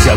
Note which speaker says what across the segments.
Speaker 1: 想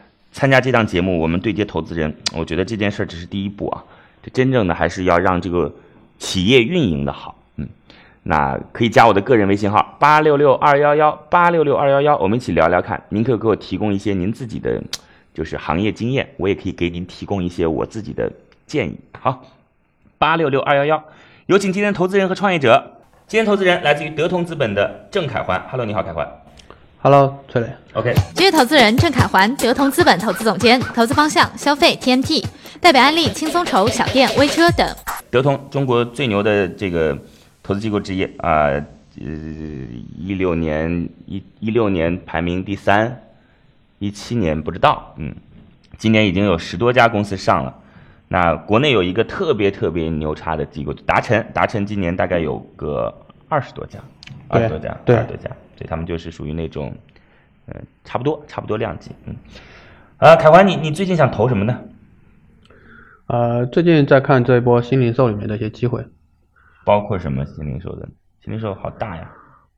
Speaker 2: 参加这档节目，我们对接投资人，我觉得这件事儿只是第一步啊，这真正的还是要让这个企业运营的好，嗯。那可以加我的个人微信号八六六二幺幺八六六二幺幺，我们一起聊聊看。您可以给我提供一些您自己的，就是行业经验，我也可以给您提供一些我自己的建议。好，八六六二幺幺，有请今天投资人和创业者。今天投资人来自于德同资本的郑凯环，Hello，你好，凯环。
Speaker 3: Hello，崔磊，
Speaker 2: OK，
Speaker 4: 职业投资人郑凯环，德同资本投资总监，投资方向消费 TMT，代表案例轻松筹、小店、微车等。
Speaker 2: 德同中国最牛的这个投资机构之一啊，呃，一六年一一六年排名第三，一七年不知道，嗯，今年已经有十多家公司上了。那国内有一个特别特别牛叉的机构，达辰，达辰今年大概有个二十多家，二
Speaker 3: 对
Speaker 2: 十多家，
Speaker 3: 对
Speaker 2: 二十多家，所以他们就是属于那种，嗯、差不多差不多量级，嗯，呃，凯环，你你最近想投什么呢？
Speaker 3: 呃，最近在看这一波新零售里面的一些机会，
Speaker 2: 包括什么新零售的？新零售好大呀！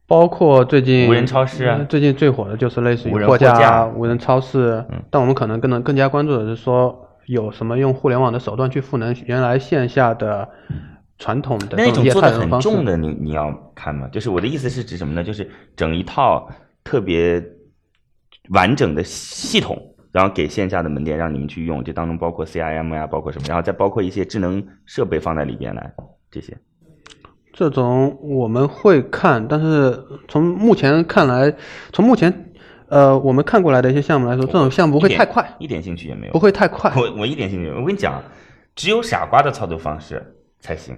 Speaker 3: 包括最近
Speaker 2: 无人超市啊
Speaker 3: 呃最近最火的就是类似
Speaker 2: 无人
Speaker 3: 于
Speaker 2: 货
Speaker 3: 货
Speaker 2: 架
Speaker 3: 架、啊无人超市，
Speaker 2: 嗯
Speaker 3: 但我们可能更能更加关注的是说有什么用互联网的手段去赋能原来线下的传统的
Speaker 2: 那
Speaker 3: 这
Speaker 2: 种
Speaker 3: 业
Speaker 2: 做的
Speaker 3: 态的
Speaker 2: 很
Speaker 3: 方式。
Speaker 2: 重的，你你要看吗？就是我的意思是指什么呢？就是整一套特别完整的系统，然后给线下的门店让你们去用，这当中包括 CIM 呀、包括什么，然后再包括一些智能设备放在里边来，这些
Speaker 3: 这种我们会看，但是从目前看来，从目前呃我们看过来的一些项目来说，这种项目不会
Speaker 2: 一点
Speaker 3: 太快，
Speaker 2: 一点兴趣也没有。
Speaker 3: 不会太快。
Speaker 2: 我我一点兴趣没有。我跟你讲，啊只有傻瓜的操作方式才行，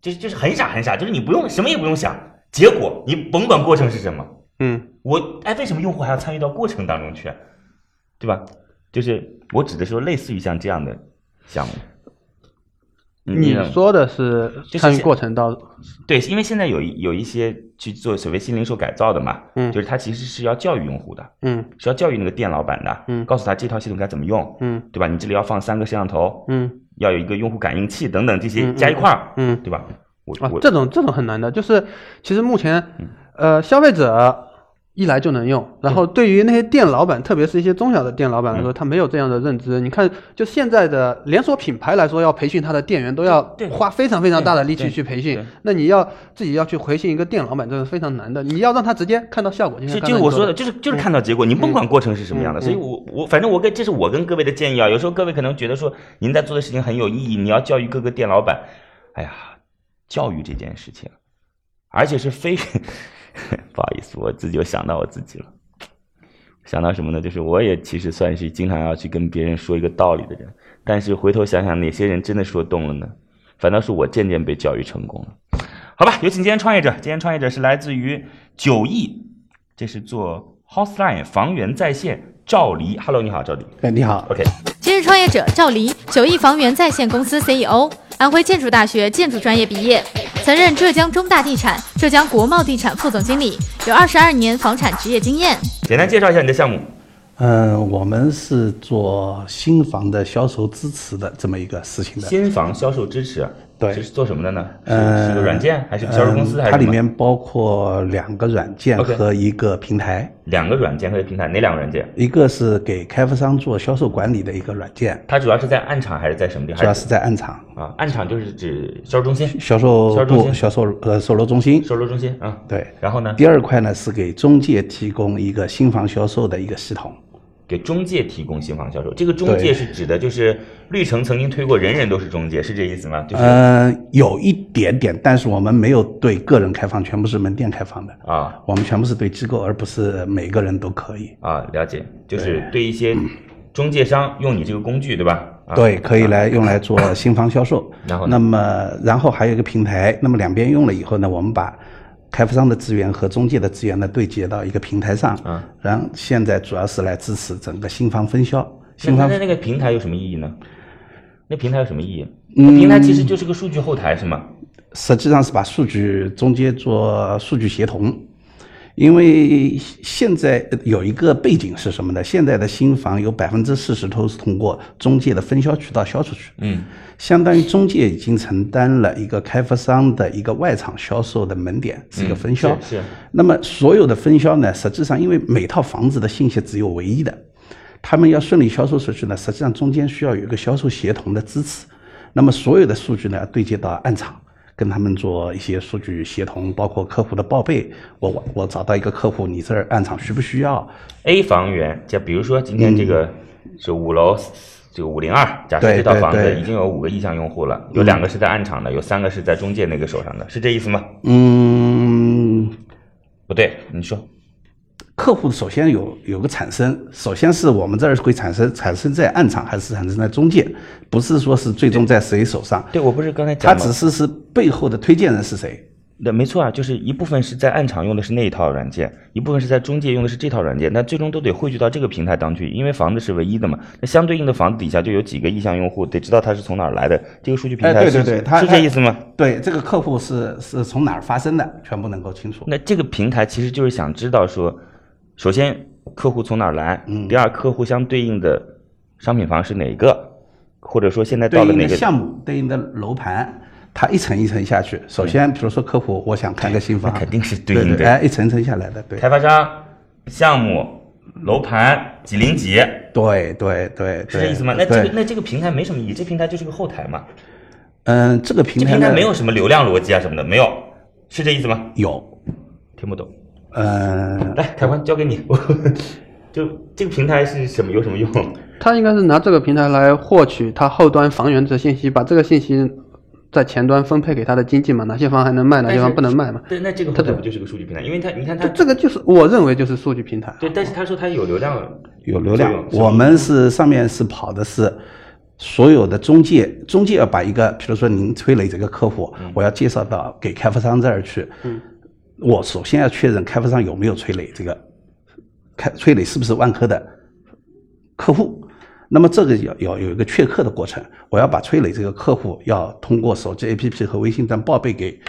Speaker 2: 就是就是很傻很傻，就是你不用什么也不用想，结果你甭管过程是什么。
Speaker 3: 嗯，
Speaker 2: 我哎，为什么用户还要参与到过程当中去，啊对吧？就是我指的说，类似于像这样的项目，
Speaker 3: 你
Speaker 2: 呢
Speaker 3: 说的是
Speaker 2: 就是
Speaker 3: 参与
Speaker 2: 现
Speaker 3: 过程到
Speaker 2: 对，因为现在有一有一些去做所谓新零售改造的嘛，
Speaker 3: 嗯
Speaker 2: 就是它其实是要教育用户的，
Speaker 3: 嗯
Speaker 2: 是要教育那个店老板的，
Speaker 3: 嗯
Speaker 2: 告诉他这套系统该怎么用，
Speaker 3: 嗯
Speaker 2: 对吧？你这里要放三个摄像头，
Speaker 3: 嗯
Speaker 2: 要有一个用户感应器等等这些
Speaker 3: 嗯
Speaker 2: 加一块儿，
Speaker 3: 嗯
Speaker 2: 对吧？我
Speaker 3: 啊
Speaker 2: 我，嗯
Speaker 3: 这种这种很难的，就是其实目前，呃，消费者一来就能用，然
Speaker 2: 嗯
Speaker 3: 后对于那些店老板，特别是一些中小的店老板来说，他没有这样的认知。你看，就现在的连锁品牌来说，要培训他的店员都要
Speaker 2: 对对
Speaker 3: 花非常非常大的力
Speaker 2: 对对
Speaker 3: 气去培
Speaker 2: 对
Speaker 3: 训，那你要自己要去培训一个店老板，这是非常难的。你要让他直接看到效果，就像
Speaker 2: 是，
Speaker 3: 刚
Speaker 2: 就是
Speaker 3: 才
Speaker 2: 我
Speaker 3: 你
Speaker 2: 说的，
Speaker 3: 的，
Speaker 2: 就是就是看到结果，您甭管过程是什么样的，
Speaker 3: 嗯
Speaker 2: 所以我我反正我跟这是我跟各位的建议啊，有时候各位可能觉得说您在做的事情很有意义，你要教育各个店老板，哎呀，教育这件事情，而且是非， 不好意思，我自己又想到我自己了，想到什么呢？就是我也其实算是经常要去跟别人说一个道理的人，但是回头想想哪些人真的说动了呢？反倒是我渐渐被教育成功了。好吧，有请今天创业者。今天创业者是来自于九亿，这是做 Houseline 房源在线赵黎。Hello，你好，赵黎。
Speaker 5: 哎，你好，
Speaker 2: OK，
Speaker 4: 今日创业者赵黎，九亿房源在线公司 CEO，安徽建筑大学建筑专业毕业，曾任浙江中大地产、浙江国贸地产副总经理，有二十二年房产职业经验。
Speaker 2: 简单介绍一下你的项目。
Speaker 5: 嗯、我们是做新房的销售支持的这么一个事情的。
Speaker 2: 新房销售支持，啊
Speaker 5: 对
Speaker 2: 这是做什么的呢？是
Speaker 5: 呃，
Speaker 2: 是个软件，还是销售公司，
Speaker 5: 嗯
Speaker 2: 还是
Speaker 5: 它
Speaker 2: 什
Speaker 5: 里
Speaker 2: 么？
Speaker 5: 面包括两个软件
Speaker 2: OK
Speaker 5: 和一个平台，
Speaker 2: 两个软件和平台，哪两个软件？
Speaker 5: 一个是给开发商做销售管理的一个软件，
Speaker 2: 它主要是在暗场还是在什么地方？
Speaker 5: 主要是在暗场
Speaker 2: 啊，暗场就是指销售中心、
Speaker 5: 销售
Speaker 2: 销售中
Speaker 5: 部、
Speaker 2: 心
Speaker 5: 销售呃售楼中心。
Speaker 2: 售楼中心啊。
Speaker 5: 对，
Speaker 2: 然后呢，
Speaker 5: 第二块呢是给中介提供一个新房销售的一个系统。
Speaker 2: 给中介提供新房销售，这个中介
Speaker 5: 对
Speaker 2: 是指的就是绿城曾经推过，人人都是中介，是这意思吗？就是
Speaker 5: 呃，有一点点，但是我们没有对个人开放，全部是门店开放的。
Speaker 2: 啊，
Speaker 5: 我们全部是对机构，而不是每个人都可以。
Speaker 2: 啊，了解，就是对一些中介商用你这个工具，对吧？啊、。
Speaker 5: 对，可以来用来做新房销售
Speaker 2: 然后呢
Speaker 5: 那么然后还有一个平台，那么两边用了以后呢，我们把开发商的资源和中介的资源呢对接到一个平台上。
Speaker 2: 嗯
Speaker 5: 然后现在主要是来支持整个新房分销、新
Speaker 2: 那
Speaker 5: 房
Speaker 2: 那那个平台有什么意义呢？那平台有什么意义？那平台其实就是个数据后台，是吗？
Speaker 5: 实际上是把数据中间做数据协同，因为现在有一个背景是什么呢？现在的新房有百分之四十都是通过中介的分销渠道销出去，
Speaker 2: 嗯，
Speaker 5: 相当于中介已经承担了一个开发商的一个外场销售的门点，是一个分销。
Speaker 2: 嗯是是
Speaker 5: 那么所有的分销呢，实际上因为每套房子的信息只有唯一的，他们要顺利销售出去呢，实际上中间需要有一个销售协同的支持。那么所有的数据呢，对接到暗场。跟他们做一些数据协同，包括客户的报备。我我我找到一个客户，你这儿暗场需不需要？
Speaker 2: A 房源，就比如说今天这个是五楼，这个五零二，假设
Speaker 5: 对
Speaker 2: 这套
Speaker 5: 对
Speaker 2: 房子
Speaker 5: 对
Speaker 2: 已经有五个意向用户了，有两个是在暗场的，有三个是在中介那个手上的，是这意思吗？
Speaker 5: 嗯，
Speaker 2: 不对，你说，
Speaker 5: 客户首先有有个产生，首先是我们这儿会产生产生在暗场还是产生在中介，不是说是最终在谁手上，
Speaker 2: 对我不是刚才讲
Speaker 5: 他
Speaker 2: 吗？
Speaker 5: 只是是背后的推荐人是谁。
Speaker 2: 对，没错啊，就是一部分是在暗场用的是那一套软件，一部分是在中介用的是这套软件，但最终都得汇聚到这个平台当去，因为房子是唯一的嘛。那相对应的房子底下就有几个意向用户，得知道他是从哪儿来的，这个数据平
Speaker 5: 哎
Speaker 2: 台
Speaker 5: 对
Speaker 2: 是、
Speaker 5: 对对它
Speaker 2: 是这意思吗？
Speaker 5: 对，这个客户是是从哪儿发生的，全部能够清楚。
Speaker 2: 那这个平台其实就是想知道说，首先客户从哪儿来，
Speaker 5: 嗯
Speaker 2: 第二客户相对应的商品房是哪个，或者说现在
Speaker 5: 对
Speaker 2: 到了
Speaker 5: 应
Speaker 2: 哪
Speaker 5: 的
Speaker 2: 个
Speaker 5: 项目，对应的楼盘，它一层一层下去。首先，比如说客户，我想看个新房，
Speaker 2: 那肯定是对应的
Speaker 5: 啊哎，一层层下来的，对，
Speaker 2: 开发商、项目、楼盘几零几，
Speaker 5: 对对对，
Speaker 2: 是这意思吗？那这
Speaker 5: 对
Speaker 2: 个
Speaker 5: 对
Speaker 2: 那这个平台没什么意义，这平台就是个后台嘛，
Speaker 5: 嗯，这个
Speaker 2: 这
Speaker 5: 平台
Speaker 2: 平台
Speaker 5: 呢
Speaker 2: 没有什么流量逻辑啊什么的，没有，是这意思吗？
Speaker 5: 有，
Speaker 2: 听不懂，
Speaker 5: 嗯，
Speaker 2: 来，台湾交给你，我 就这个平台是什么有什么用？
Speaker 3: 他应该是拿这个平台来获取他后端房源的信息，把这个信息在前端分配给他的经济嘛，哪些房还能卖，哪些房不能卖嘛。
Speaker 2: 对，那这个后台不就是个数据平台？因为它你看它
Speaker 3: 就这个就是我认为就是数据平台。
Speaker 2: 对，但是他说他有流量，
Speaker 5: 有流量
Speaker 2: 作用。是吧
Speaker 5: 我们是上面是跑的是所有的中介，中介要把一个，比如说您崔磊这个客户，
Speaker 2: 嗯
Speaker 5: 我要介绍到给开发商这儿去。我首先要确认开发商有没有崔磊这个，开崔磊是不是万科的客户。那么这个要要有一个确客的过程，我要把崔磊这个客户要通过手机 APP 和微信端报备给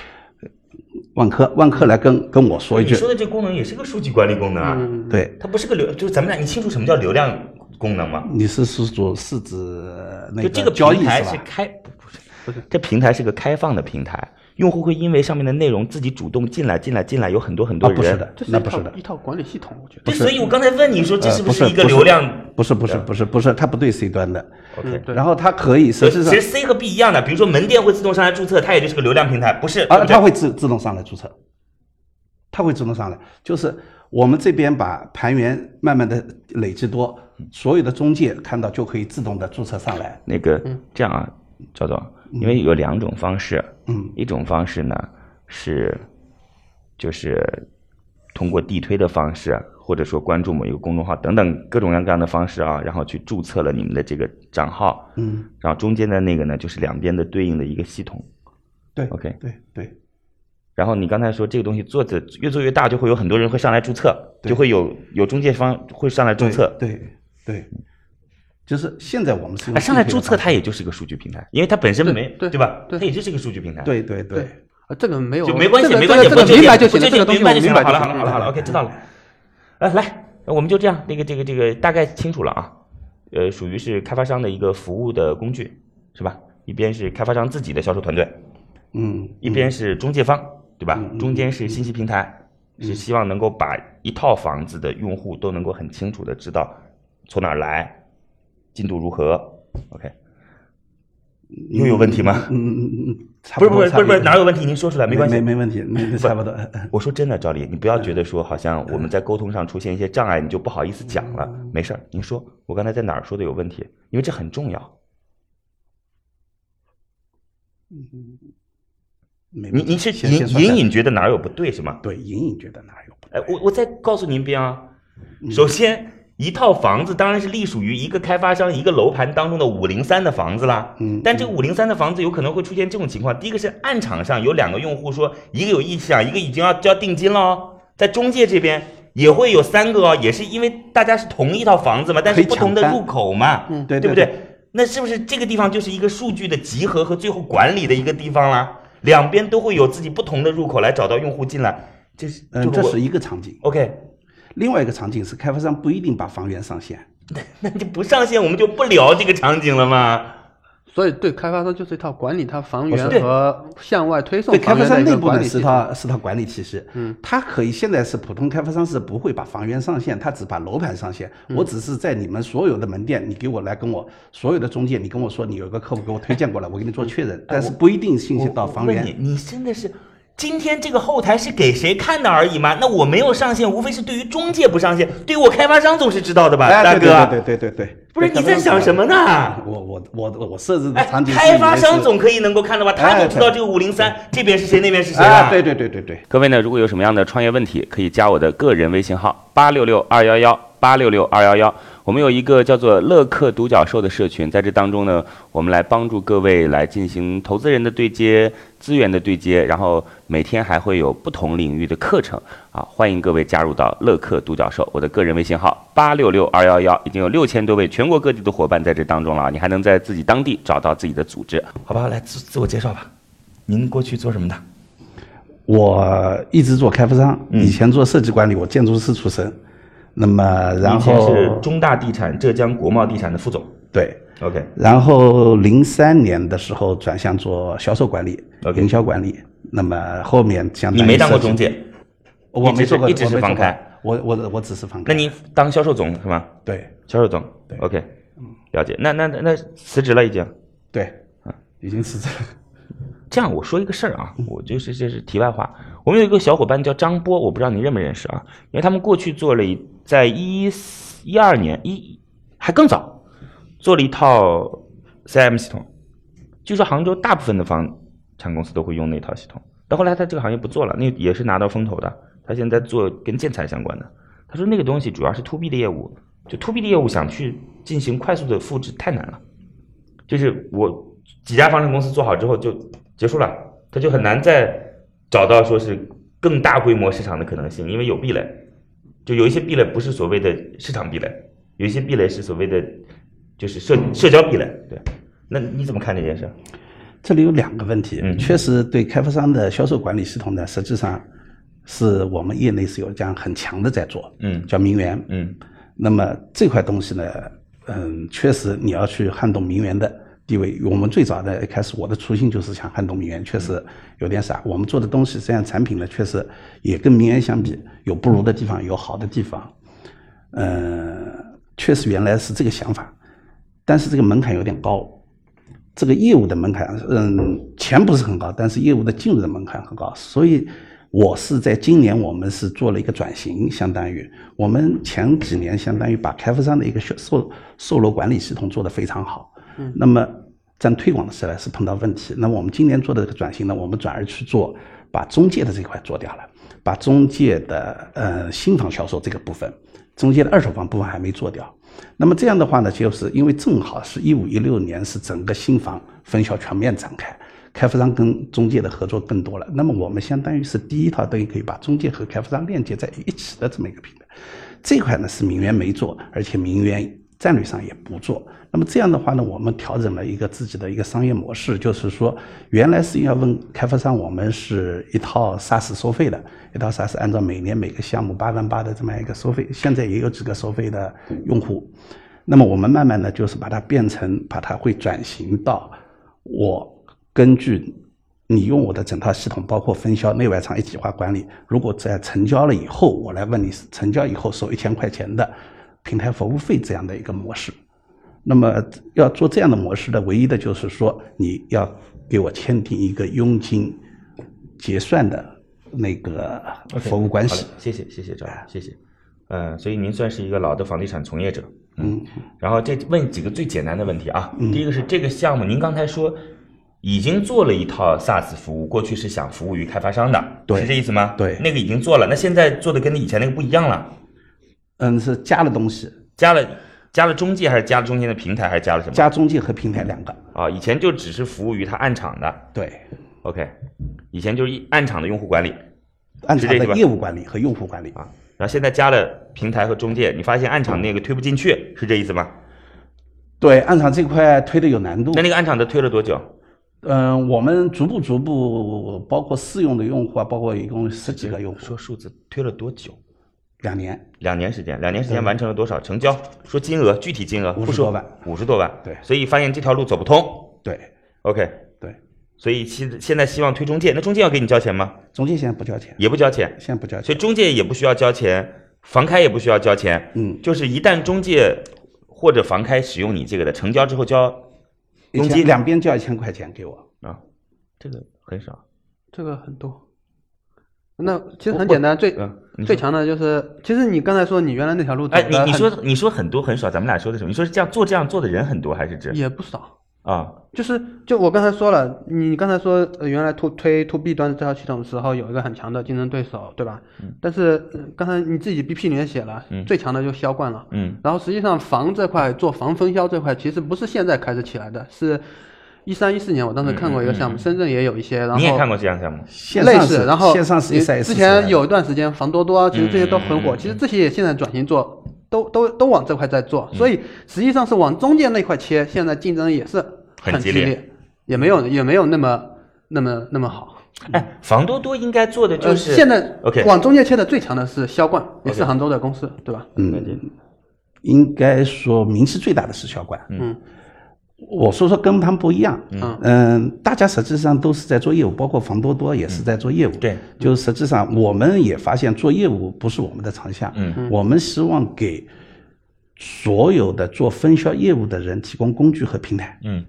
Speaker 5: 万科，万科来跟跟我说一
Speaker 2: 你
Speaker 5: 句，
Speaker 2: 说的这功能也是个数据管理功能啊，
Speaker 3: 嗯
Speaker 5: 对，
Speaker 2: 它不是个流，就是咱们俩，你清楚什么叫流量功能吗？
Speaker 5: 你是是主是指呃那
Speaker 2: 就
Speaker 5: 个
Speaker 2: 这个
Speaker 5: 交易
Speaker 2: 平台
Speaker 5: 吧呃
Speaker 2: 是？开，不不是不是，这平台是个开放的平台，用户会因为上面的内容自己主动进来，进来，进来，有很多很多
Speaker 5: 啊，
Speaker 2: 人。
Speaker 5: 不是的
Speaker 3: 这，是一
Speaker 5: 那
Speaker 3: 套
Speaker 5: 不是的
Speaker 3: 一，套管理系统，我觉得。
Speaker 2: 对，所以我刚才问你说这
Speaker 5: 呃
Speaker 2: 是不
Speaker 5: 是
Speaker 2: 一个流量
Speaker 5: 不是不是不是不是，它不对 C 端的。
Speaker 2: ？OK，
Speaker 3: 对
Speaker 5: 然后它可以实
Speaker 2: 其
Speaker 5: 际
Speaker 2: 实
Speaker 5: 上
Speaker 2: C 和 B 一样的，比如说门店会自动上来注册，它也就是个流量平台，不是？对
Speaker 5: 啊，
Speaker 2: 不对
Speaker 5: 它会自自动上来注册，它会自动上来，就是我们这边把盘源慢慢的累积多，所有的中介看到就可以自动的注册上来。
Speaker 2: 那个这样啊，赵总，因为有两种方式，
Speaker 5: 嗯，
Speaker 2: 一种方式呢是就是通过地推的方式，或者说关注某一个公众号等等各种各样的方式啊，然后去注册了你们的这个账号，
Speaker 5: 嗯，
Speaker 2: 然后中间的那个呢就是两边的对应的一个系统。
Speaker 5: 对
Speaker 2: OK
Speaker 5: 对对
Speaker 2: 然后你刚才说这个东西做的越做越大，就会有很多人会上来注册，
Speaker 5: 对
Speaker 2: 就会有有中介方会上来注
Speaker 5: 对
Speaker 2: 册。
Speaker 5: 对对，就是现在我们是用
Speaker 2: 啊，上来注册
Speaker 5: 地推的方式
Speaker 2: 它也就是个数据平台，因为它本身
Speaker 3: 对
Speaker 2: 没
Speaker 3: 对
Speaker 2: 吧？
Speaker 3: 对
Speaker 2: 它也就是个数据平台。
Speaker 5: 对对对
Speaker 3: 对。啊，这个没有，
Speaker 2: 就没关系，
Speaker 3: 这个
Speaker 2: 没关系，
Speaker 3: 这个
Speaker 2: 不
Speaker 3: 这个
Speaker 2: 纠
Speaker 3: 明
Speaker 2: 结
Speaker 3: 白就
Speaker 2: 不
Speaker 3: 行了，
Speaker 2: 纠
Speaker 3: 这
Speaker 2: 结
Speaker 3: 个东西
Speaker 2: 明白就行
Speaker 3: 白
Speaker 2: 了。好了，
Speaker 3: 行嗯
Speaker 2: 好了，好了，好了，OK，知道了。呃，来，那我们就这样，那个，这个，这个大概清楚了啊。呃，属于是开发商的一个服务的工具，是吧？一边是开发商自己的销售团队，
Speaker 5: 嗯，
Speaker 2: 一边是中介方，对吧？中间是信息平台，是希望能够把一套房子的用户都能够很清楚的知道从哪儿来，进度如何。OK，又有问题吗？
Speaker 5: 嗯嗯嗯嗯，差
Speaker 2: 不是不
Speaker 5: 多
Speaker 2: 是
Speaker 5: 差
Speaker 2: 不是不是
Speaker 5: 多
Speaker 2: 哪有问题？您说出来没关系，
Speaker 5: 没没问题，那那差不多。
Speaker 2: 我说真的，赵丽，你不要觉得说好像我们在沟通上出现一些障碍，你就不好意思讲了。没事儿，您说我刚才在哪儿说的有问题？因为这很重要。
Speaker 5: 你
Speaker 2: 你你是隐隐隐觉得哪儿有不对是吗？
Speaker 5: 对隐隐觉得哪儿有不
Speaker 2: 哎，我我再告诉您一遍啊，
Speaker 5: 嗯
Speaker 2: 首先。一套房子当然是隶属于一个开发商一个楼盘当中的五零三的房子啦，
Speaker 5: 嗯
Speaker 2: 但这个五零三的房子有可能会出现这种情况：第一个是暗场上有两个用户说，一个有意向，一个已经要交定金了哦，在中介这边也会有三个哦，也是因为大家是同一套房子嘛，但是
Speaker 5: 可以
Speaker 2: 不同的
Speaker 5: 抢单
Speaker 2: 入口嘛，
Speaker 5: 嗯对
Speaker 2: 对不
Speaker 5: 对
Speaker 2: 对？那是不是这个地方就是一个数据的集合和最后管理的一个地方啦？两边都会有自己不同的入口来找到用户进来，这是
Speaker 5: 嗯，
Speaker 2: 就
Speaker 5: 这
Speaker 2: 我
Speaker 5: 是一个场景。
Speaker 2: OK，
Speaker 5: 另外一个场景是开发商不一定把房源上线，
Speaker 2: 那就不上线，我们就不聊这个场景了嘛。
Speaker 3: 嗯所以对开发商就是一套管理它房源
Speaker 2: 对
Speaker 3: 和向外推送
Speaker 5: 对开
Speaker 3: 房
Speaker 5: 发
Speaker 3: 源的
Speaker 5: 商
Speaker 3: 一
Speaker 5: 内
Speaker 3: 个
Speaker 5: 部
Speaker 3: 管
Speaker 5: 呢
Speaker 3: 理
Speaker 5: 是
Speaker 3: 系统。
Speaker 5: 套是套管理体系，
Speaker 3: 嗯，
Speaker 5: 它可以现在是普通开发商是不会把房源上线，它只把楼盘上线。
Speaker 3: 嗯
Speaker 5: 我只是在你们所有的门店，你给我来跟我所有的中介，你跟我说你有一个客户给我推荐过来，我给
Speaker 3: 嗯
Speaker 5: 你做确
Speaker 3: 哎
Speaker 5: 认，但是不一定信息到房
Speaker 2: 我问
Speaker 5: 源。
Speaker 2: 你，你真的是今天这个后台是给谁看的而已吗？那我没有上线，无非是对于中介不上线，对于我开发商总是知道的吧，
Speaker 5: 哎，
Speaker 2: 大
Speaker 5: 对
Speaker 2: 哥。啊
Speaker 5: 对对对对对，
Speaker 2: 不是
Speaker 5: 对
Speaker 2: 你在想什？么
Speaker 5: 开
Speaker 2: 呢
Speaker 5: 发？商我我我我设置的
Speaker 2: 哎
Speaker 5: 场景，是
Speaker 2: 开发
Speaker 5: 以为
Speaker 2: 商
Speaker 5: 是
Speaker 2: 总可以能够看到吧？他
Speaker 5: 哎
Speaker 2: 总知道这
Speaker 5: 对
Speaker 2: 个五零三这边是谁，那边是谁吧
Speaker 5: 啊，对。对对对对。
Speaker 2: 各位呢，如果有什么样的创业问题，可以加我的个人微信号八六六二幺幺八六六二幺幺。我们有一个叫做“乐客独角兽”的社群，在这当中呢，我们来帮助各位来进行投资人的对接、资源的对接，然后每天还会有不同领域的课程啊，欢迎各位加入到乐客独角兽。我的个人微信号八六六二幺幺，已经有六千多位全国各地的伙伴在这当中了啊，你还能在自己当地找到自己的组织，好吧？来自自我介绍吧，您过去做什么的？
Speaker 5: 我一直做开发商，
Speaker 2: 嗯
Speaker 5: 以前做设计管理，我建筑师出身。那么，然
Speaker 2: 以前
Speaker 5: 后
Speaker 2: 是中大地产浙江国贸地产的副总。
Speaker 5: 对，
Speaker 2: OK，
Speaker 5: 然后零三年的时候转向做销售管理、
Speaker 2: OK
Speaker 5: 营销管理。那么后面相当于
Speaker 2: 你没当过中
Speaker 5: 设计，
Speaker 2: 介，
Speaker 5: 我
Speaker 2: 一直
Speaker 5: 没
Speaker 2: 是
Speaker 5: 做过，
Speaker 2: 一直是
Speaker 5: 我没做
Speaker 2: 房
Speaker 5: 过
Speaker 2: 开，
Speaker 5: 我我我只是房开。
Speaker 2: 那您当销售总是吗？
Speaker 5: 对
Speaker 2: 销售总
Speaker 5: 对
Speaker 2: ，OK，了解。那那那那辞职了已经。
Speaker 5: 对，
Speaker 2: 嗯
Speaker 5: 已经辞职了。
Speaker 2: 这样，我说一个事儿啊，我就是这是题外话。我们有一个小伙伴叫张波，我不知道你认不认识啊，因为他们过去做了一，在一一二年一还更早做了一套 CM 系统，据说杭州大部分的房产公司都会用那套系统，但后来他这个行业不做了，那也是拿到风投的，他现在做跟建材相关的。他说那个东西主要是 to B 的业务，就 to B 的业务想去进行快速的复制太难了。就是我几家房产公司做好之后就结束了，它就很难再找到说是更大规模市场的可能性，因为有壁垒，就有一些壁垒不是所谓的市场壁垒，有一些壁垒是所谓的就是社社交壁垒。对，那你怎么看这件事？
Speaker 5: 这里有两个问题，
Speaker 2: 嗯
Speaker 5: 确实对开发商的销售管理系统呢，实际上是我们业内是有这样很强的在做，
Speaker 2: 嗯
Speaker 5: 叫名媛，
Speaker 2: 嗯
Speaker 5: 那么这块东西呢，嗯，确实你要去撼动名媛的地位。我们最早的一开始，我的初心就是想撼动名媛，确
Speaker 2: 嗯
Speaker 5: 实有点傻。我们做的东西，这样产品呢，确实也跟名媛相比，有不如的地方，有好的地方。嗯，确实原来是这个想法，但是这个门槛有点高。这个业务的门槛，嗯，钱不是很高，但是业务的进入的门槛很高，所以我是在今年我们是做了一个转型，相当于我们前几年相当于把开发商的一个售售售楼管理系统做得非常好，嗯，那么在推广的时候是碰到问题，那么我们今年做的这个转型呢，我们转而去做把中介的这块做掉了，把中介的呃新房销售这个部分，中介的二手房部分还没做掉，那么这样的话呢，就是因为正好是一五一六年是整个新房分销全面展开，开发商跟中介的合作更多了。那么我们相当于是第一套都可以把中介和开发商链接在一起的这么一个平台。这块呢是名媛没做，而且名媛战略上也不做。那么这样的话呢，我们调整了一个自己的一个商业模式，就是说，原来是要问开发商，我们是一套 SaaS 收费的，一套 SaaS 按照每年每个项目八万八的这么一个收费，现在也有几个收费的用户。那么我们慢慢的就是把它变成，把它会转型到我根据你用我的整套系统，包括分销、内外场一体化管理。如果在成交了以后，我来问你成交以后收一千块钱的平台服务费这样的一个模式。那么要做这样的模式的，唯一的就是说你要给我签订一个佣金结算的那个
Speaker 2: OK，
Speaker 5: 服务呃关系哎
Speaker 2: 好。的谢谢谢谢赵老师，谢谢。嗯，所以您算是一个老的房地产从业者。嗯，然后这问几个最简单的问题啊。
Speaker 5: 嗯
Speaker 2: 第一个是这个项目，您刚才说已经做了一套 SaaS 服务，过去是想服务于开发商的，
Speaker 5: 对
Speaker 2: 是这意思吗？
Speaker 5: 对
Speaker 2: 那个已经做了，那现在做的跟以前那个不一样了，
Speaker 5: 嗯，是加了东西，
Speaker 2: 加了加了中介还是加了中间的平台还是加了什么？
Speaker 5: 加中介和平台两个。
Speaker 2: 啊，以前就只是服务于他暗场的
Speaker 5: 对，
Speaker 2: ，OK，以前就是一暗场的用户管理
Speaker 5: 按照
Speaker 2: 是这个
Speaker 5: 的
Speaker 2: 吧
Speaker 5: 业务管理和用户管理。
Speaker 2: 啊，然后现在加了平台和中介，你发现暗场那个推不进去，是这意思吗？
Speaker 5: 对，暗场这块推的有难度
Speaker 2: 那。那个暗场的推了多久？
Speaker 5: 嗯、我们逐步逐步，包括试用的用户啊，包括一共十几个用户，
Speaker 2: 说数字推了多久？
Speaker 5: 两年。
Speaker 2: 两年时间，两年时间完成了多少成交？说金额，具体金额，
Speaker 5: 50
Speaker 2: 不说
Speaker 5: 多万，
Speaker 2: 五十多万。
Speaker 5: 对
Speaker 2: 所以发现这条路走不通。
Speaker 5: 对
Speaker 2: OK，
Speaker 5: 对，
Speaker 2: 所以现现在希望推中介，那中介要给你交钱吗？
Speaker 5: 中介现在不交钱，
Speaker 2: 也不交钱，
Speaker 5: 现在不交
Speaker 2: 所
Speaker 5: 钱
Speaker 2: 以。中介也不需要交钱，房开也不需要交钱。
Speaker 5: 嗯
Speaker 2: 就是一旦中介或者房开使用你这个的，成交之后交
Speaker 5: 一
Speaker 2: 佣
Speaker 5: 千
Speaker 2: 金
Speaker 5: 两边交一千块钱给我，
Speaker 2: 啊，这个很少。
Speaker 3: 这个很多。那其实很简单，最
Speaker 2: 嗯，你
Speaker 3: 最
Speaker 2: 说。
Speaker 3: 强的就是，其实你刚才说你原来那条路走
Speaker 2: 哎，
Speaker 3: 的
Speaker 2: 你
Speaker 3: 很，
Speaker 2: 你说你说很多很少，咱们俩说的什么？你说是这样做这样做的人很多还是指
Speaker 3: 也不少。
Speaker 2: 啊？
Speaker 3: 就是就我刚才说了，你刚才说、呃、原来 to 推 to B 端这套系统的时候有一个很强的竞争对手，对吧？但是、呃刚才你自己 BP 里面写了，
Speaker 2: 嗯
Speaker 3: 最强的就是销冠了。
Speaker 2: 嗯
Speaker 3: 然后实际上房这块做防分销这块其实不是现在开始起来的，是一三一四年我当时看过一个项目，深圳也有一些，然后
Speaker 2: 嗯你也看过这样项目？
Speaker 5: 线
Speaker 3: 类
Speaker 5: 上
Speaker 3: 似，
Speaker 5: 是
Speaker 3: 然后
Speaker 5: 线上是一赛
Speaker 3: 你之前有一段时间房多多啊，其实这些都很
Speaker 2: 嗯嗯
Speaker 3: 火，
Speaker 2: 嗯嗯
Speaker 3: 其实这些也现在转型做，都都都往这块在做，
Speaker 5: 嗯
Speaker 3: 所以实际上是往中间那块切，现在竞争也是
Speaker 2: 很激
Speaker 3: 激
Speaker 2: 烈
Speaker 3: 烈，也没
Speaker 5: 嗯
Speaker 3: 有也没有那么那么那么好。
Speaker 2: 哎，房多多应该做的就
Speaker 3: 呃
Speaker 2: 是
Speaker 3: 现在
Speaker 2: OK
Speaker 3: 往中间切的最强的是销冠，也是
Speaker 2: OK
Speaker 3: 杭州的公司，对吧？
Speaker 5: 嗯，应该说名气最大的是销冠。
Speaker 3: 嗯，
Speaker 5: 我说说跟他们不一样。
Speaker 3: 嗯
Speaker 5: 嗯，大家实质上都是在做业务，包括房多多也是在做业务。
Speaker 2: 嗯对，
Speaker 5: 就实质上我们也发现做业务不是我们的长项。
Speaker 2: 嗯，
Speaker 5: 我们希望给所有的做分销业务的人提供工具和平台。
Speaker 2: 嗯，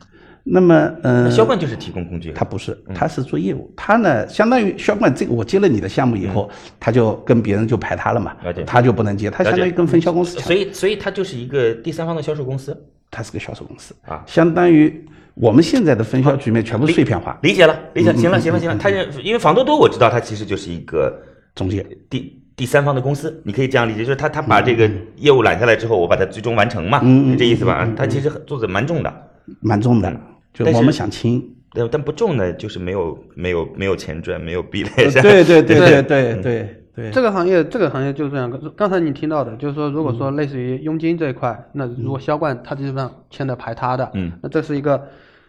Speaker 5: 那么，嗯、
Speaker 2: 那销冠嗯就是提供工具了，
Speaker 5: 他不是，他是做业务。他呢，相当于销冠这个，我接了你的项目以后，他就跟别人就排他了嘛
Speaker 2: 嗯了解，
Speaker 5: 他就不能接，他
Speaker 2: 了解
Speaker 5: 相当于跟分销公司抢
Speaker 2: 所。以所以他就是一个第三方的销售公司。
Speaker 5: 他是个销售公司
Speaker 2: 啊
Speaker 5: 相当于我们现在的分销局面全部碎片化，
Speaker 2: 理解了，理解，
Speaker 5: 嗯
Speaker 2: 行了，
Speaker 5: 嗯
Speaker 2: 行了，
Speaker 5: 嗯
Speaker 2: 行了。
Speaker 5: 嗯
Speaker 2: 他是因为房多多，我知道他其实就是一个
Speaker 5: 中介
Speaker 2: 第第三方的公司，你可以这样理解，就是他他把这个业务揽下来之后，我把它最终完成嘛，
Speaker 5: 嗯嗯嗯
Speaker 2: 是这意思吧？啊，他其实很做的蛮重的，
Speaker 5: 蛮重的，就
Speaker 2: 但是
Speaker 5: 我们想清。
Speaker 2: 但但不重的就是没有没有没有钱赚，没有壁垒
Speaker 5: 对
Speaker 2: 山。
Speaker 5: 呃 对对对对对对，
Speaker 3: 这个行业，这个行业就是这样。刚才你听到的，就是说，如果说
Speaker 2: 嗯
Speaker 3: 类似于佣金这一块，那如果销冠它基本上签的排他的，
Speaker 2: 嗯
Speaker 3: 那这是一个，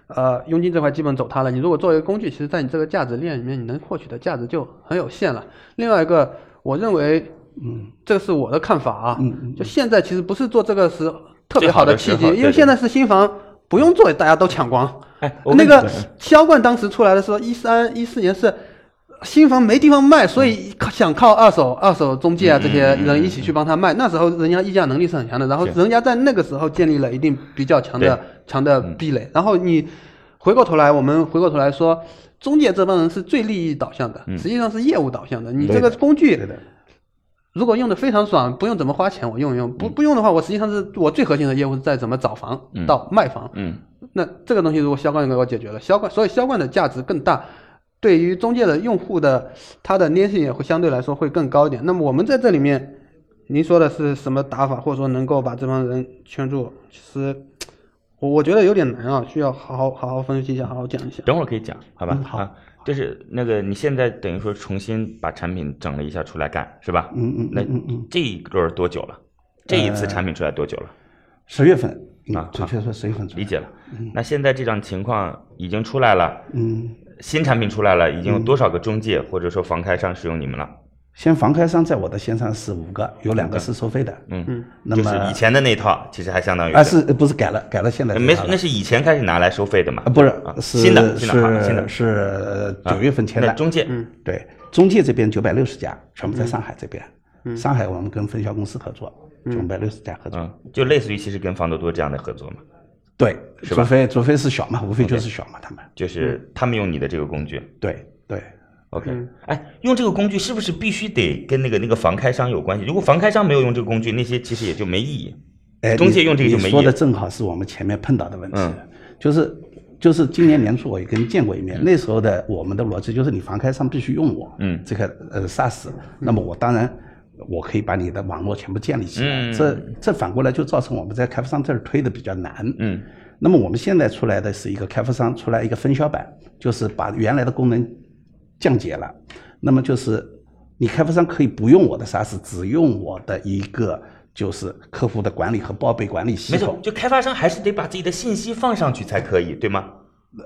Speaker 3: 呃，佣金这块基本走它了。你如果作为工具，其实在你这个价值链里面，你能获取的价值就很有限了。另外一个，我认为，嗯，这是我的看法啊，就现在其实不是做这个是特别
Speaker 2: 嗯最
Speaker 3: 好契
Speaker 2: 好的时
Speaker 3: 机
Speaker 2: 候，
Speaker 3: 因
Speaker 2: 对
Speaker 3: 为
Speaker 2: 对
Speaker 3: 现在是新房不用做，大家都抢光。
Speaker 2: 哎，我
Speaker 3: 那
Speaker 2: 跟
Speaker 3: 个销冠当时出来的时候，一三一四年是新房没地方卖，所以靠想靠二手、二手中介啊这些人一起去帮他卖。那时候人家议价能力是很强的，然后人家在那个时候建立了一定比较强的
Speaker 2: 对
Speaker 3: 强的壁垒。然后你回过头来，我们回过头来说，中介这帮人是最利益导向的，实际上是业务导向的。你这个工具
Speaker 5: 对的，
Speaker 3: 如果用的非常爽，不用怎么花钱，我用一用；不不用的话，我实际上是我最核心的业务是在怎么找房到卖房。
Speaker 2: 嗯，
Speaker 3: 那这个东西如果销冠能够解决了，销冠所以销冠的价值更大，对于中介的用户的它的粘性也会相对来说会更高一点。那么我们在这里面，您说的是什么打法，或者说能够把这帮人圈住？其实我我觉得有点难啊，需要好好好好分析一下，好好讲一下。
Speaker 2: 等会儿可以讲，好吧？
Speaker 5: 嗯好
Speaker 2: 啊，就是那个你现在等于说重新把产品整了一下出来干，是吧？
Speaker 5: 嗯嗯
Speaker 2: 那
Speaker 5: 嗯嗯嗯，
Speaker 2: 这一轮儿多久了？这一
Speaker 5: 呃
Speaker 2: 次产品出来多久了？
Speaker 5: 十月份
Speaker 2: 啊
Speaker 5: 嗯准确说十月份左右
Speaker 2: 理解了。那现在这种情况已经出来了，
Speaker 5: 嗯，
Speaker 2: 新产品出来了，已经有多少个中介或者说房开商使用你们了？
Speaker 5: 先房开商在我的线上是五个，有两个是收费的，
Speaker 2: 嗯，
Speaker 5: 那
Speaker 2: 就是
Speaker 5: 么
Speaker 2: 以前的那套，其实还相当于
Speaker 5: 啊是呃不是改了改了现在
Speaker 2: 没
Speaker 5: 这套
Speaker 2: 那
Speaker 5: 了
Speaker 2: 是以前开始拿来收费的嘛
Speaker 5: 啊？不是
Speaker 2: 啊
Speaker 5: 是
Speaker 2: 新的新的好的新的
Speaker 5: 是是九月份签
Speaker 2: 那
Speaker 5: 的，嗯
Speaker 2: 中介
Speaker 5: 对，中介这边九百六十家，全部在上海这边。上海我们跟分销公司合作，九百六十家合作。
Speaker 2: 嗯，就类似于其实跟房多多这样的合作嘛，
Speaker 5: 对，
Speaker 2: 是吧
Speaker 5: 除非除非是小嘛，无非就是小嘛，他们。
Speaker 2: 就是他们用你的这个工具。
Speaker 5: 对对，
Speaker 2: OK，、哎，
Speaker 5: 嗯
Speaker 2: 用这个工具是不是必须得跟那个那个房开商有关系？如果房开商没有用这个工具，那些其实也就没意义。
Speaker 5: 哎，
Speaker 2: 中介
Speaker 5: 你
Speaker 2: 用这个就没
Speaker 5: 你说
Speaker 2: 意
Speaker 5: 的
Speaker 2: 义
Speaker 5: 正好是我们前面碰到的问题
Speaker 2: 嗯，
Speaker 5: 就是就是今年年初我也跟你见过一面，那时候的我们的逻辑就是你房开商必须用我，
Speaker 2: 嗯
Speaker 5: 这个呃 SaaS，那么我当然。我可以把你的网络全部建立起来，
Speaker 2: 嗯
Speaker 5: 这这反过来就造成我们在开发商这儿推的比较难。
Speaker 2: 嗯，
Speaker 5: 那么我们现在出来的是一个开发商出来一个分销版，就是把原来的功能降解了。那么就是你开发商可以不用我的 SaaS，只用我的一个就是客户的管理和报备管理系
Speaker 2: 没错
Speaker 5: 统，。
Speaker 2: 就开发商还是得把自己的信息放上去才可以，对吗？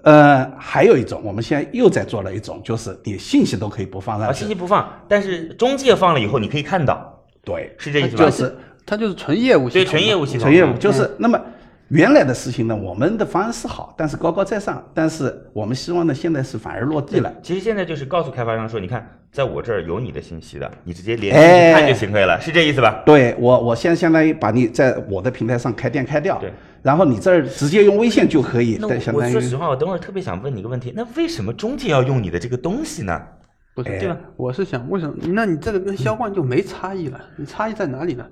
Speaker 5: 呃，还有一种，我们现在又在做了一种，就是你信息都可以不放
Speaker 2: 啊，
Speaker 5: 上
Speaker 2: 信
Speaker 5: 去
Speaker 2: 息。不放，但是中介放了以后，你可以看到，
Speaker 5: 对，
Speaker 2: 是这意思吧？
Speaker 5: 啊就是
Speaker 3: 它就是纯业务系
Speaker 2: 对
Speaker 3: 统，
Speaker 2: 纯业务系统，嗯
Speaker 5: 纯业务就是那么原来的事情呢，我们的方案是好，但是高高在上，但是我们希望呢，现在是反而落地了。
Speaker 2: 其实现在就是告诉开发商说，你看，在我这儿有你的信息的，你直接连
Speaker 5: 哎
Speaker 2: 进去看就行可以了，是这意思吧？
Speaker 5: 对我，我现在相当于把你在我的平台上开店开掉，
Speaker 2: 对，
Speaker 5: 然后你这儿直接用微信就可以，
Speaker 2: 那
Speaker 5: 对，相
Speaker 2: 我我
Speaker 5: 当于
Speaker 2: 说实话，我等会儿特别想问你一个问题，那为什么中介要用你的这个东西呢？
Speaker 3: 不是
Speaker 5: 哎
Speaker 2: 对吧？
Speaker 3: 我是想，为什么？那你这个跟销冠就没差异了？你差异在哪里呢？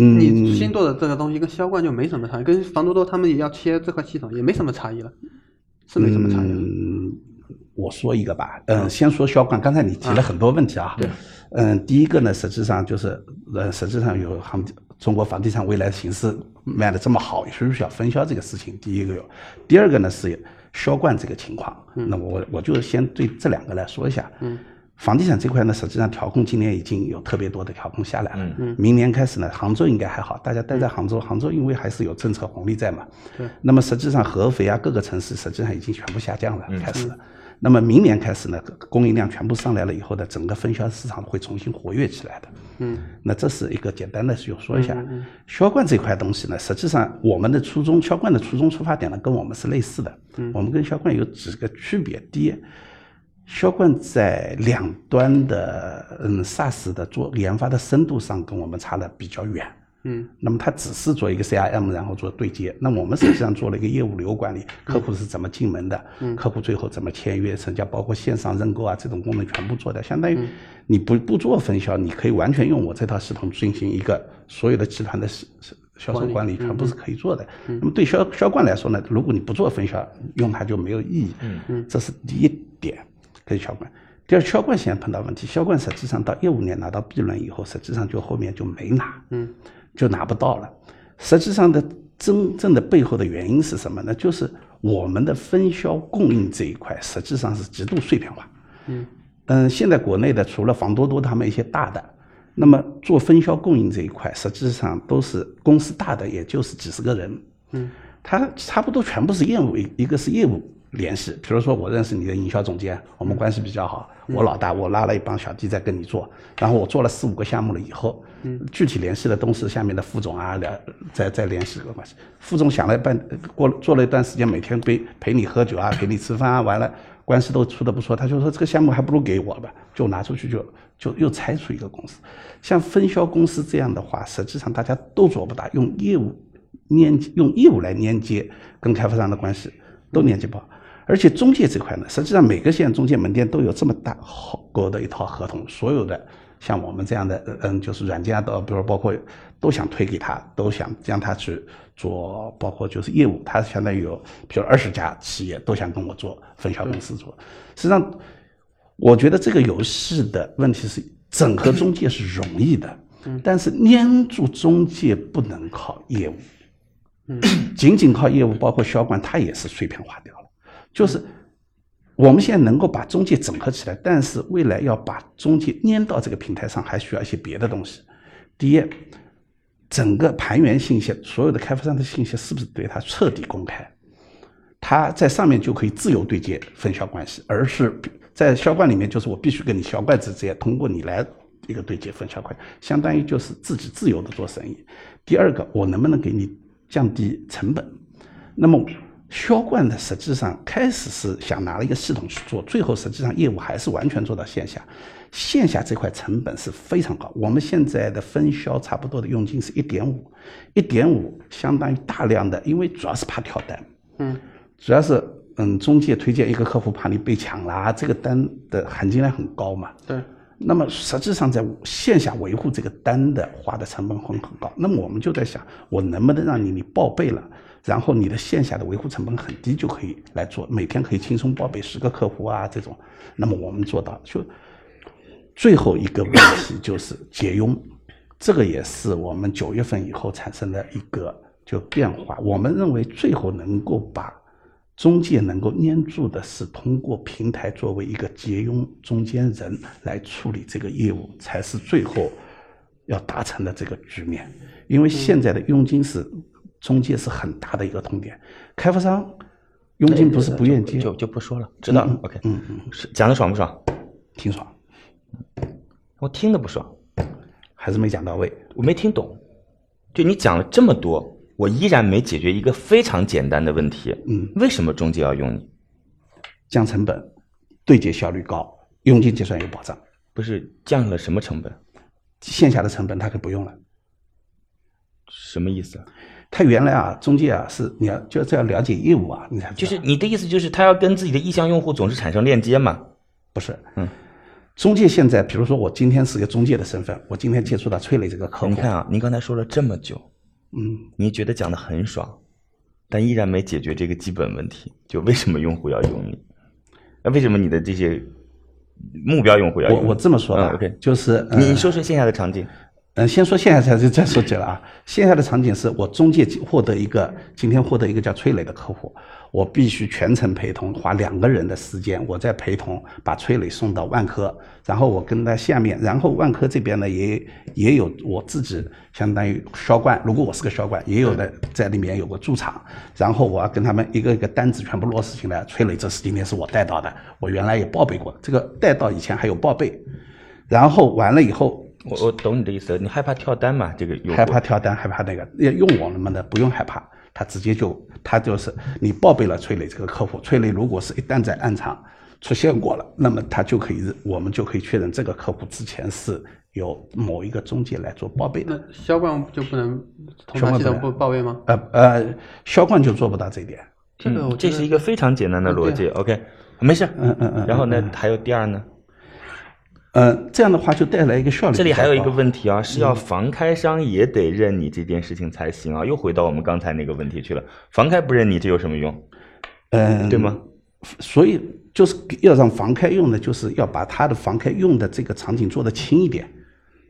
Speaker 5: 嗯，
Speaker 3: 你新做的这个东西跟销冠就没什么差异，跟房多多他们也要切这块系统，也没什么差异了，是没什么差异了。
Speaker 5: 嗯，我说一个吧，嗯，先说销冠，刚才你提了很多问题啊，对，嗯，第一个呢，实质上就是，呃，实质上有行中国房地产未来形势卖的这么好，需不需要分销这个事情？第一个有，第二个呢是销冠这个情况，那么我我就先对这两个来说一下，嗯。房地产这块呢，实际上调控今年已经有特别多的调控下来了。嗯明年开始呢，杭州应该还好，大家待在杭州，杭州因为还是有政策红利在嘛。对。那么实际上合肥啊，各个城市实际上已经全部下降了，开始了。那么明年开始呢，供应量全部上来了以后呢，整个分销市场会重新活跃起来的。嗯，那这是一个简单的就说一下。销冠这块东西呢，实际上我们的初衷，销冠的初衷出发点呢，跟我们是类似的。嗯，我们跟销冠有几个区别。第一，销冠在两端的嗯 SaaS 的做研发的深度上跟我们差的比较远。
Speaker 3: 嗯，
Speaker 5: 那么它只是做一个 CRM，然后做对接。那我们实际上做了一个业务流管理，客户是怎么进门的，客户最后怎么签约成交，包括线上认购啊这种功能全部做掉。相当于你不不做分销，你可以完全用我这套系统进行一个所有的集团的销销售管理，嗯全部是可以做的。那么对销销冠来说呢，如果你不做分销，用它就没有意义。嗯嗯，这是第一点。跟销冠。第二，销冠现在碰到问题，销冠实际上到一五年拿到 B 轮以后，实际上就后面就没拿，嗯，就拿不到了。实际上的真正的背后的原因是什么呢？就是我们的分销供应这一块实际上是极度碎片化。嗯，现在国内的除了房多多他们一些大的，那么做分销供应这一块，实际上都是公司大的，也就是几十个人。嗯，他差不多全部是业务，一一个是业务联系，比如说我认识你的营销总监，我们关系比较好，我老大，我拉了一帮小弟在跟你做，然后我做了四五个项目了以后，嗯，具体联系的都是下面的副总啊，聊再再联系个关系。副总想了一半，过了做了一段时间，每天陪陪你喝酒啊，陪你吃饭啊，完了。官司都出的不错，他就说这个项目还不如给我吧，就拿出去就就又拆除一个公司。像分销公司这样的话，实际上大家都做不大，用业务粘用业务来粘接跟开发商的关系都粘接不好。而且中介这块呢，实际上每个县中介门店都有这么大好高的一套合同，所有的像我们这样的，呃嗯，就是软件啊，都比如包括都想推给他，都想让他去做，包括就是业务，他相当于有，比如二十家企业都想跟我做分销公司做。实际上，我觉得这个游戏的问题是整合中介是容易的，但是粘住中介不能靠业务，仅仅靠业务，包括销冠，它也是碎片化掉了。就是我们现在能够把中介整合起来，但是未来要把中介粘到这个平台上，还需要一些别的东西。第一，整个盘源信息，所有的开发商的信息是不是对它彻底公开？它在上面就可以自由对接分销关系，而是在销冠里面，就是我必须跟你销冠直接通过你来一个对接分销关系，相当于就是自己自由的做生意。第二个，我能不能给你降低成本？那么销冠呢，实际上开始是想拿了一个系统去做，最后实际上业务还是完全做到线下。线下这块成本是非常高，我们现在的分销差不多的佣金是一点五，一点五相当于大量的，因为主要是怕跳单，主要是嗯中介推荐一个客户怕你被抢啦，这个单的含金量很高嘛。
Speaker 3: 对，
Speaker 5: 那么实际上在线下维护这个单的花的成本会很高。那么我们就在想，我能不能让你你报备了，然后你的线下的维护成本很低就可以来做，每天可以轻松报备十个客户啊这种。那么我们做到就最后一个问题就是解佣，这个也是我们九月份以后产生的一个就变化。我们认为最后能够把中介能够粘住的是通过平台作为一个结佣中间人来处理这个业务，才是最后要达成的这个局面。因为现在的佣金是中介是很大的一个痛点，开发商佣金不是不愿接，
Speaker 2: 就就不说了，知道了
Speaker 5: 嗯。
Speaker 2: OK，
Speaker 5: 嗯嗯，
Speaker 2: 是讲的爽不爽？
Speaker 5: 挺爽，
Speaker 2: 我听的不爽，
Speaker 5: 还是没讲到位。
Speaker 2: 我没听懂。就你讲了这么多，我依然没解决一个非常简单的问题。
Speaker 5: 嗯，
Speaker 2: 为什么中介要用你？
Speaker 5: 降成本，对接效率高，佣金结算有保障，
Speaker 2: 不是降了什么成本？
Speaker 5: 线下的成本他可不用了。
Speaker 2: 什么意思啊？
Speaker 5: 他原来啊，中介啊是你要就是要了解业务啊，你才知道
Speaker 2: 就是你的意思就是他要跟自己的意向用户总是产生链接嘛？
Speaker 5: 不是
Speaker 2: 嗯。
Speaker 5: 中介现在，比如说我今天是一个中介的身份，我今天接触到崔磊这个客户，
Speaker 2: 你看啊，您刚才说了这么久，
Speaker 5: 嗯，
Speaker 2: 你觉得讲的很爽，但依然没解决这个基本问题，就为什么用户要用你？那为什么你的这些目标用户要
Speaker 5: 我
Speaker 2: 用你
Speaker 5: 我这么说吧，
Speaker 2: 嗯，OK
Speaker 5: 就是、呃、
Speaker 2: 你说说线下的场景，
Speaker 5: 嗯，先说线下才是再说起了啊。线下的场景是我中介获得一个，今天获得一个叫崔磊的客户，我必须全程陪同，花两个人的时间，我在陪同把崔磊送到万科，然后我跟他下面，然后万科这边呢也也有我自己相当于销冠，如果我是个销冠，也有的在里面有个驻场，然后我要跟他们一个一个单子全部落实进来。崔磊这是今天是我带到的，我原来也报备过，这个带到以前还有报备，然后完了以后。
Speaker 2: 我我懂你的意思，你害怕跳单嘛？这个用户
Speaker 5: 害怕跳单，害怕那个，要用我们的不用害怕，他直接就他就是你报备了崔磊这个客户，崔磊如果是一旦在暗场出现过了，那么他就可以，我们就可以确认这个客户之前是由某一个中介来做报备的。
Speaker 3: 那销冠就不能同
Speaker 5: 销
Speaker 3: 行
Speaker 5: 冠
Speaker 3: 系
Speaker 5: 怎
Speaker 3: 统
Speaker 5: 么
Speaker 3: 不报备吗？
Speaker 5: 呃呃，销冠就做不到这一点。
Speaker 3: 这个我
Speaker 2: 嗯这
Speaker 3: 觉得
Speaker 2: 是一个非常简单的逻辑。OK，没事。
Speaker 5: 呃啊嗯嗯嗯。
Speaker 2: 然后呢
Speaker 5: 嗯？，
Speaker 2: 还有第二呢？
Speaker 5: 嗯、呃这样的话就带来一个效率。
Speaker 2: 这里还有一个，问题啊，
Speaker 5: 嗯
Speaker 2: 是要房开商也得认你这件事情才行啊。又回到我们刚才那个问题去了，房开不认你，这有什么用？
Speaker 5: 嗯、
Speaker 2: 对吗？
Speaker 5: 所以就是要让房开用的，就是要把他的房开用的这个场景做得轻一点，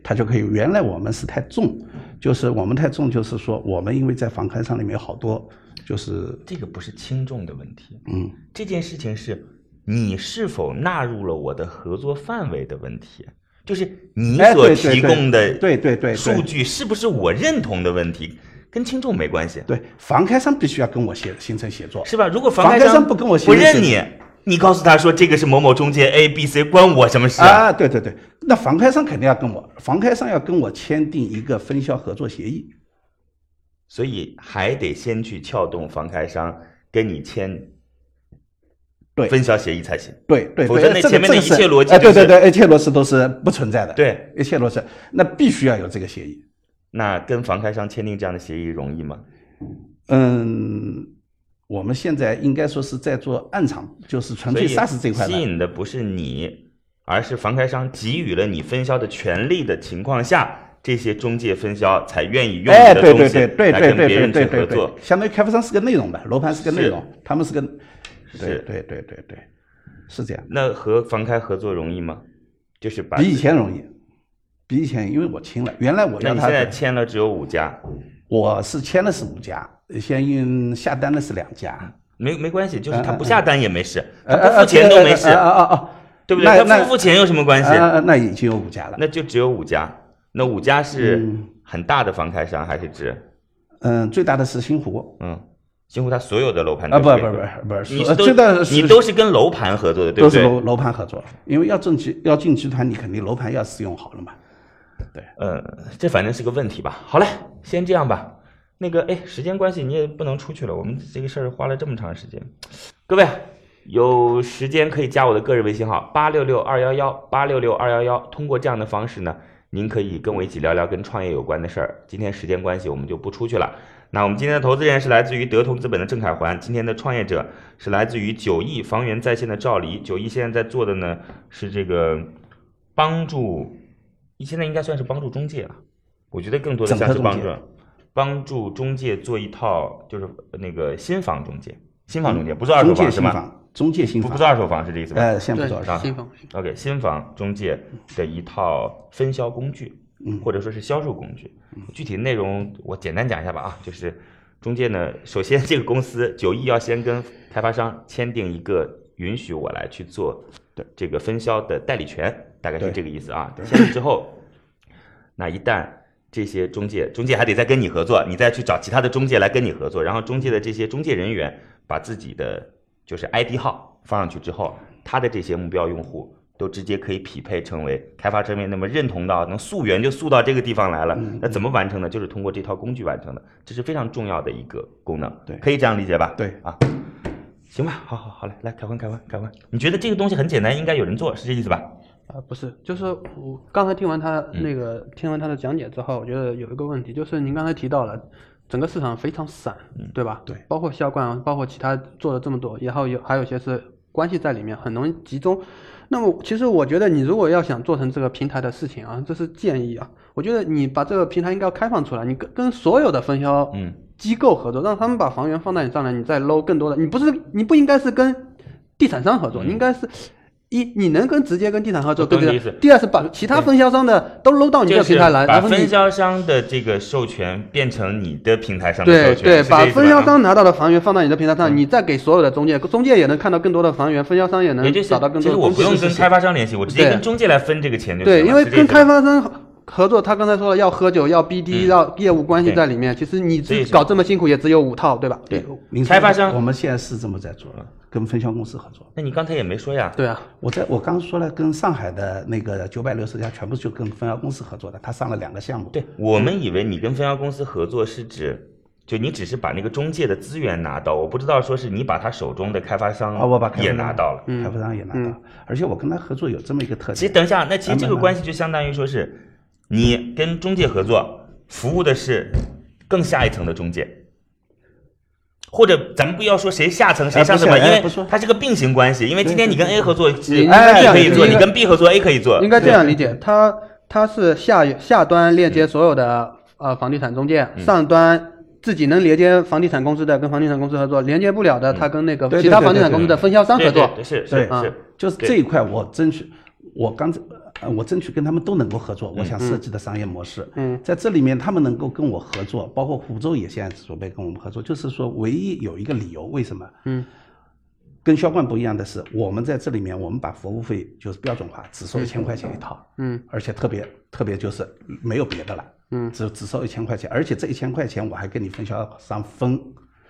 Speaker 5: 他就可以。原来我们是太重，就是我们太重，就是说我们因为在房开商里面有好多，就是
Speaker 2: 这个不是轻重的问题，
Speaker 5: 嗯，
Speaker 2: 这件事情是你是否纳入了我的合作范围的问题，就是你
Speaker 5: 哎
Speaker 2: 所
Speaker 5: 对对
Speaker 2: 提
Speaker 5: 对
Speaker 2: 供的
Speaker 5: 对对对对
Speaker 2: 数据是不是我认同的问题，跟轻重没关系，
Speaker 5: 对，房开商必须要跟我协形成协作，
Speaker 2: 是吧？如果
Speaker 5: 房
Speaker 2: 房
Speaker 5: 开商不跟我
Speaker 2: 不
Speaker 5: 协
Speaker 2: 认
Speaker 5: 协
Speaker 2: 你，你告诉他说这个是某某中介 A B C，关我什么事啊？
Speaker 5: 啊，对对对，那房开商肯定要跟我，房开商要跟我签订一个分销合作协议，
Speaker 2: 所以还得先去撬动房开商跟你签
Speaker 5: 对
Speaker 2: 分销协议才行。
Speaker 5: 对对，
Speaker 2: 否
Speaker 5: 对
Speaker 2: 则那
Speaker 5: 这个
Speaker 2: 前面的
Speaker 5: 这个
Speaker 2: 一
Speaker 5: 是
Speaker 2: 切逻辑
Speaker 5: 哎
Speaker 2: 就
Speaker 5: 对
Speaker 2: 是
Speaker 5: 对对，一切逻辑都是不存在的，
Speaker 2: 对，
Speaker 5: 一切逻辑，那必须要有这个协议。
Speaker 2: 那跟房开商签订这样的协议容易吗？
Speaker 5: 嗯，我们现在应该说是在做暗场，就是纯
Speaker 2: 所以
Speaker 5: 粹杀死这一块
Speaker 2: 吸
Speaker 5: 的。
Speaker 2: 引的不是你，而是房开商给予了你分销的权利的情况下，这些中介分销才愿意用
Speaker 5: 哎，
Speaker 2: 你的
Speaker 5: 对
Speaker 2: 东
Speaker 5: 对
Speaker 2: 西
Speaker 5: 对对
Speaker 2: 来
Speaker 5: 对
Speaker 2: 跟
Speaker 5: 对
Speaker 2: 别
Speaker 5: 对
Speaker 2: 人去
Speaker 5: 对
Speaker 2: 合
Speaker 5: 对对
Speaker 2: 作，。
Speaker 5: 相当于开发商是个内容吧，楼盘是个内
Speaker 2: 是
Speaker 5: 容，他们是个，对
Speaker 2: 是
Speaker 5: 对对对对，是这样，
Speaker 2: 那和房开合作容易吗？就是把
Speaker 5: 比以前容易，比以前因为我清了，原来我
Speaker 2: 那
Speaker 5: 要
Speaker 2: 你
Speaker 5: 他
Speaker 2: 现在
Speaker 5: 的，
Speaker 2: 签了只有五家，
Speaker 5: 我是签的是五家，先用下单的是两家，
Speaker 2: 没没关系，就是他
Speaker 5: 嗯嗯
Speaker 2: 不下单也没事，他
Speaker 5: 呃
Speaker 2: 不付钱都没事
Speaker 5: 呃，呃呃呃呃
Speaker 2: 对不
Speaker 5: 那
Speaker 2: 对？他
Speaker 5: 那
Speaker 2: 付不付钱有什么关系？
Speaker 5: 呃呃那已经有五家了，
Speaker 2: 那就只有五家，那五家是
Speaker 5: 嗯
Speaker 2: 很大的房开商还是指
Speaker 5: 嗯，最大的是新湖，
Speaker 2: 嗯，新湖它所有的楼盘
Speaker 5: 啊不
Speaker 2: 都是
Speaker 5: 不
Speaker 2: 跟
Speaker 5: 不不是，
Speaker 2: 你
Speaker 5: 呃
Speaker 2: 是都
Speaker 5: 最大的
Speaker 2: 你都是跟楼盘合作的，对
Speaker 5: 都
Speaker 2: 不
Speaker 5: 是
Speaker 2: 对？
Speaker 5: 楼楼盘合作，因为要进集要进集团，你肯定楼盘要试用好了嘛。
Speaker 2: 呃，这反正是个问题吧。好嘞，先这样吧。那个，哎，时间关系，你也不能出去了。我们这个事儿花了这么长时间，各位有时间可以加我的个人微信号八六六二幺幺八六六二幺幺。通过这样的方式呢，您可以跟我一起聊聊跟创业有关的事儿。今天时间关系，我们就不出去了。那我们今天的投资人是来自于德同资本的郑凯环，今天的创业者是来自于九亿房源在线的赵黎。九亿现在在做的呢是这个帮助，现在应该算是帮助中介了。我觉得更多的像是帮助
Speaker 5: 整合
Speaker 2: 帮助中介做一套，就是呃那个新房中介，新房中介不是二手
Speaker 5: 嗯中介
Speaker 2: 房是
Speaker 5: 新
Speaker 2: 吗？
Speaker 5: 房，中介新
Speaker 2: 不
Speaker 5: 房，
Speaker 2: 不是二手房是这意思吧
Speaker 5: 呃，先不
Speaker 3: 对
Speaker 5: 做二手房
Speaker 3: 新房新房
Speaker 2: ？OK，新房中介的一套分销工具，
Speaker 5: 嗯
Speaker 2: 或者说是销售工具。具体内容我简单讲一下吧啊，就是中介呢，首先这个公司九亿要先跟开发商签订一个允许我来去做这个分销的代理权，大概是
Speaker 5: 对
Speaker 2: 这个意思啊。签了之后，那一旦这些中介，中介还得再跟你合作，你再去找其他的中介来跟你合作，然后中介的这些中介人员把自己的就是 ID 号放上去之后，他的这些目标用户都直接可以匹配成为开发这边那么认同到能溯源就溯到这个地方来了。
Speaker 3: 嗯
Speaker 2: 那怎么完成呢？就是通过这套工具完成的，这是非常重要的一个功能。
Speaker 5: 对
Speaker 2: 可以这样理解吧？
Speaker 5: 对
Speaker 2: 啊。行吧，好好好嘞，来开荤开荤开荤。你觉得这个东西很简单，应该有人做，是这意思吧？
Speaker 3: 啊，不是，就是我刚才听完他
Speaker 5: 嗯
Speaker 3: 那个、听完他的讲解之后，我觉得有一个问题，就是您刚才提到了，整个市场非常散，
Speaker 2: 嗯
Speaker 3: 对吧？
Speaker 5: 对
Speaker 3: 包括销冠，啊包括其他做了这么多，然后有还有一些是关系在里面，很容易集中。那么其实我觉得你如果要想做成这个平台的事情啊，这是建议啊，我觉得你把这个平台应该要开放出来，你跟跟所有的分销
Speaker 2: 嗯
Speaker 3: 机构合作，让他们把房源放在你上来，你再搂更多的，你不是你不应该是跟地产商合作，你应该是。一，你能跟直接跟地产合
Speaker 2: 嗯
Speaker 3: 作，
Speaker 2: 我懂你
Speaker 3: 对对
Speaker 2: 意思
Speaker 3: 第二是把其他分销商的都搂到你这
Speaker 2: 就
Speaker 3: 个
Speaker 2: 是
Speaker 3: 平台来，
Speaker 2: 把
Speaker 3: 然后你
Speaker 2: 分销商的这个授权变成你的平台上的授
Speaker 3: 对
Speaker 2: 权，
Speaker 3: 对，
Speaker 2: 是这
Speaker 3: 把
Speaker 2: 意思吧啊
Speaker 3: 分销商拿到的房源放到你的平台
Speaker 2: 嗯
Speaker 3: 上，你再给所有的中介，中介也能看到更多的房源，分销商也
Speaker 2: 也
Speaker 3: 能
Speaker 2: 就是
Speaker 3: 找到更
Speaker 2: 其
Speaker 3: 多
Speaker 2: 实
Speaker 3: 的
Speaker 2: 我
Speaker 3: 东
Speaker 2: 不
Speaker 3: 西。
Speaker 2: 用
Speaker 3: 是
Speaker 2: 跟
Speaker 3: 是
Speaker 2: 开发商联系，我直接
Speaker 3: 对
Speaker 2: 跟中介来分这个钱就行了。
Speaker 3: 对，因为
Speaker 2: 是这意
Speaker 3: 跟
Speaker 2: 思吧
Speaker 3: 开发商合合作，他刚才说了要喝酒，要 BD，、
Speaker 2: 嗯
Speaker 3: 要业务关系
Speaker 2: 对
Speaker 3: 在里面。其实你
Speaker 2: 所以是
Speaker 3: 搞这么辛苦，也只有五套，对吧？
Speaker 2: 对
Speaker 5: 零售
Speaker 2: 开发商
Speaker 5: 我们现在是这么在做，跟分销公司合作。
Speaker 2: 那你刚才也没说呀？
Speaker 3: 对啊，
Speaker 5: 我在我刚说了，跟上海的那个九百六十家全部就跟分销公司合作的，他上了两个项目。
Speaker 2: 对，我们以为你跟分销公司合作是指，就你只是把那个中介的资源拿到，我不知道说是你把他手中的开发商
Speaker 5: 啊，我把开发商
Speaker 2: 也拿到了。嗯
Speaker 5: 开发商也拿到了，而且我跟他合作有这么一个特点。
Speaker 2: 其实等一下，那其实这
Speaker 5: 慢
Speaker 2: 个
Speaker 5: 慢
Speaker 2: 关系就相当于说是，你跟中介合作，服务的是更下一层的中介，或者咱们不要说谁下层谁
Speaker 5: 哎
Speaker 2: 上
Speaker 5: 不
Speaker 2: 层
Speaker 5: 是
Speaker 2: 吧，因
Speaker 5: 哎
Speaker 2: 为
Speaker 5: 不说
Speaker 2: 它是个并行关系。因为今天你跟 A 合作是
Speaker 3: 你应
Speaker 2: B
Speaker 3: 该这样
Speaker 2: 可以
Speaker 3: 理解
Speaker 2: 做，
Speaker 3: 应
Speaker 2: 你
Speaker 3: 该
Speaker 2: 跟 B 合作 A 可以做
Speaker 3: 应，该这样理解，它它是下下端链
Speaker 2: 嗯
Speaker 3: 接所有的呃房地产中介，上端。自己能连接房地产公司的跟房地产公司合作，连接不
Speaker 2: 嗯
Speaker 3: 了的，他跟那个
Speaker 5: 对对
Speaker 3: 其他
Speaker 5: 对
Speaker 3: 房地
Speaker 5: 对
Speaker 3: 产
Speaker 5: 对
Speaker 3: 公司的分销商合
Speaker 2: 对
Speaker 3: 作
Speaker 2: 对。对是
Speaker 5: 对
Speaker 2: 是
Speaker 3: 啊
Speaker 2: 是，
Speaker 5: 就是
Speaker 2: 对
Speaker 5: 这一块，我争取，我刚才呃，我争取跟他们都能够合作，我想设计的商业模式。
Speaker 3: 嗯，
Speaker 5: 在这里面他们能够跟我合作，包括湖州也现在准备跟我们合作，就是说唯一有一个理由，为什么？
Speaker 3: 嗯，
Speaker 5: 跟销冠不一样的是，我们在这里面我们把服务费就是标准化，只收一千块钱一套。
Speaker 3: 嗯，
Speaker 5: 而且特别特别就是没有别的了，
Speaker 3: 嗯
Speaker 5: 只只收一千块钱，而且这一千块钱我还跟你分销商分，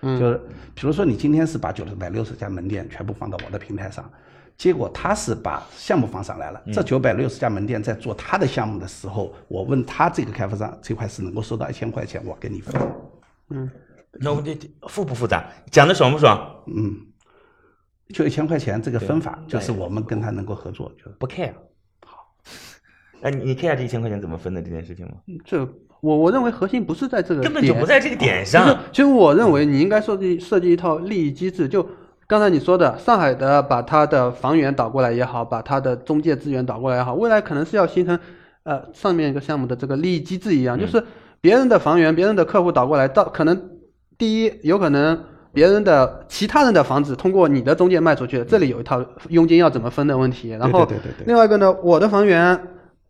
Speaker 5: 嗯，就是比如说你今天是把九百六十家门店全部放到我的平台上，结果他是把项目放上来了，这九百六十家门店在做他的项目的时候，我问他这个开发商这块是能够收到一千块钱，我给你分，
Speaker 2: 那我们这这复不复杂？讲的爽不爽？
Speaker 5: 嗯。就一千块钱这个分法，就是我们跟他能够合作，就是
Speaker 2: 不 care。好，那你你 care 这一千块钱怎么分的这件事情吗？
Speaker 3: 这我我认为核心不是在这个
Speaker 2: 根本就
Speaker 3: 点
Speaker 2: 不在这个点
Speaker 3: 其实
Speaker 2: 上。，
Speaker 3: 其实我认为你应该设计设计一套利益机制。就刚才你说的，上海的把它的房源导过来也好，把它的中介资源导过来也好，未来可能是要形成，呃，上面一个项目的这个利益机制一样，
Speaker 2: 嗯
Speaker 3: 就是别人的房源、别人的客户导过来，到可能第一有可能。别人的其他人的房子通过你的中介卖出去，这里有一套佣金要怎么分的问题。然后
Speaker 5: 对对对对对
Speaker 3: 另外一个呢，我的房源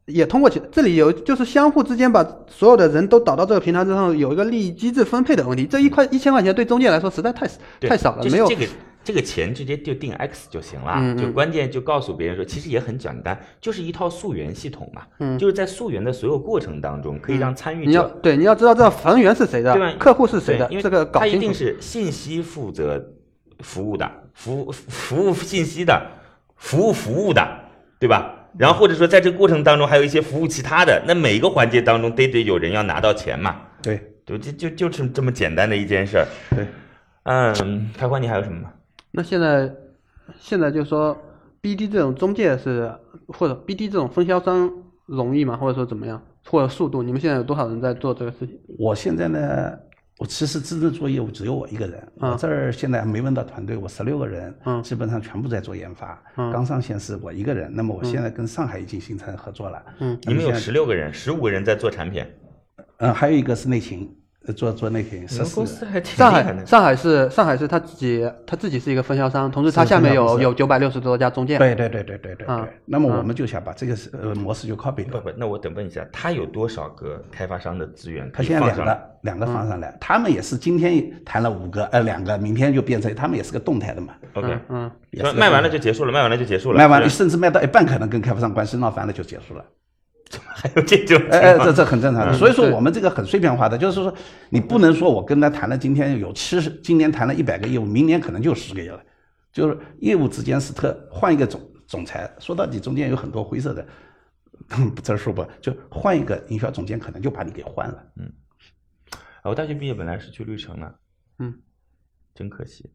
Speaker 3: 也通过其这里有就是相互之间把所有的人都导到这个平台之后，有一个利益机制分配的问题。这一块一千块钱对中介来说实在太
Speaker 2: 对
Speaker 3: 太少了
Speaker 2: 就，是
Speaker 3: 没有
Speaker 2: 这个这个钱直接就定 X 就行了，
Speaker 3: 嗯嗯
Speaker 2: 就关键就告诉别人说，其实也很简单，就是一套溯源系统嘛，
Speaker 3: 嗯
Speaker 2: 就是在溯源的所有过程当中，可以让参与
Speaker 3: 你要
Speaker 2: 者、
Speaker 3: 对你要知道这个房源是谁的
Speaker 2: 对吧，
Speaker 3: 客户是谁
Speaker 2: 对
Speaker 3: 的
Speaker 2: 因，为
Speaker 3: 这个搞
Speaker 2: 他一
Speaker 3: 清
Speaker 2: 定
Speaker 3: 楚。
Speaker 2: 是信息负责服务的，服务服务信息的，服务服务的，对吧？然后或者说在这个过程当中还有一些服务其他的，那每一个环节当中得得有人要拿到钱嘛，
Speaker 5: 对
Speaker 2: 对，就就就是这么简单的一件事儿。
Speaker 5: 对，
Speaker 2: 嗯，开欢你还有什么吗？
Speaker 3: 那现在现在就说 BD 这种中介是或者 BD 这种分销商容易吗？或者说怎么样？或者速度？你们现在有多少人在做这个事情？
Speaker 5: 我现在呢，我其实真正做业务只有我一个人，
Speaker 3: 嗯
Speaker 5: 我这儿现在还没问到团队，我十六个人，
Speaker 3: 嗯
Speaker 5: 基本上全部在做研发，
Speaker 3: 嗯
Speaker 5: 刚上线是我一个人，那么我现在跟上海已经形成合作了，
Speaker 3: 嗯
Speaker 2: 你
Speaker 5: 那么
Speaker 2: 们有
Speaker 5: 现在
Speaker 2: 十六个人，十五个人在做产品，
Speaker 5: 呃嗯，还有一个是内勤，呃做做那个
Speaker 2: 你
Speaker 5: 实
Speaker 2: 们
Speaker 5: 施
Speaker 2: 公。司还挺
Speaker 3: 上
Speaker 2: 厉害
Speaker 3: 海
Speaker 2: 的。
Speaker 3: 上海是上海是他自己他自己是一个分销商，同时他
Speaker 5: 是
Speaker 3: 下面
Speaker 5: 分销
Speaker 3: 有
Speaker 5: 商
Speaker 3: 有九百六十多家中介。
Speaker 5: 对对对对对对
Speaker 3: 啊
Speaker 5: 对。那么我们就想把这个是呃模式就 copy
Speaker 2: 不
Speaker 5: 了。
Speaker 2: 不，那我等问一下，他有多少个开发商的资源可
Speaker 5: 他
Speaker 2: 以
Speaker 5: 现
Speaker 2: 放
Speaker 5: 在两
Speaker 2: 上来？
Speaker 5: 个两个放上来，他们也是今天谈了五个，呃两个，明天就变成他们也是个动态的嘛，
Speaker 2: OK，
Speaker 3: 嗯，
Speaker 5: 也
Speaker 2: 说
Speaker 5: 是个
Speaker 2: 卖完了
Speaker 5: 动态
Speaker 2: 就结束了，卖完了就结束了，
Speaker 5: 卖完了，
Speaker 2: 是吧
Speaker 5: 甚至卖到一半可能跟开发商官司闹翻了就结束了。
Speaker 2: 还有这种情
Speaker 5: 哎哎，
Speaker 2: 况
Speaker 5: 这这很正常的。所以说
Speaker 3: 对
Speaker 5: 我们这个很碎片化的，就是说你不能说我跟他谈了今天有七十，今年谈了一百个业务，明年可能就十个业了，就是业务之间是特换一个总总裁，说到底中间有很多灰色的， 不这儿说吧，就换一个营销总监可能就把你给换了。
Speaker 2: 啊我大学毕业本来是去绿城的，
Speaker 3: 嗯，
Speaker 2: 真可惜，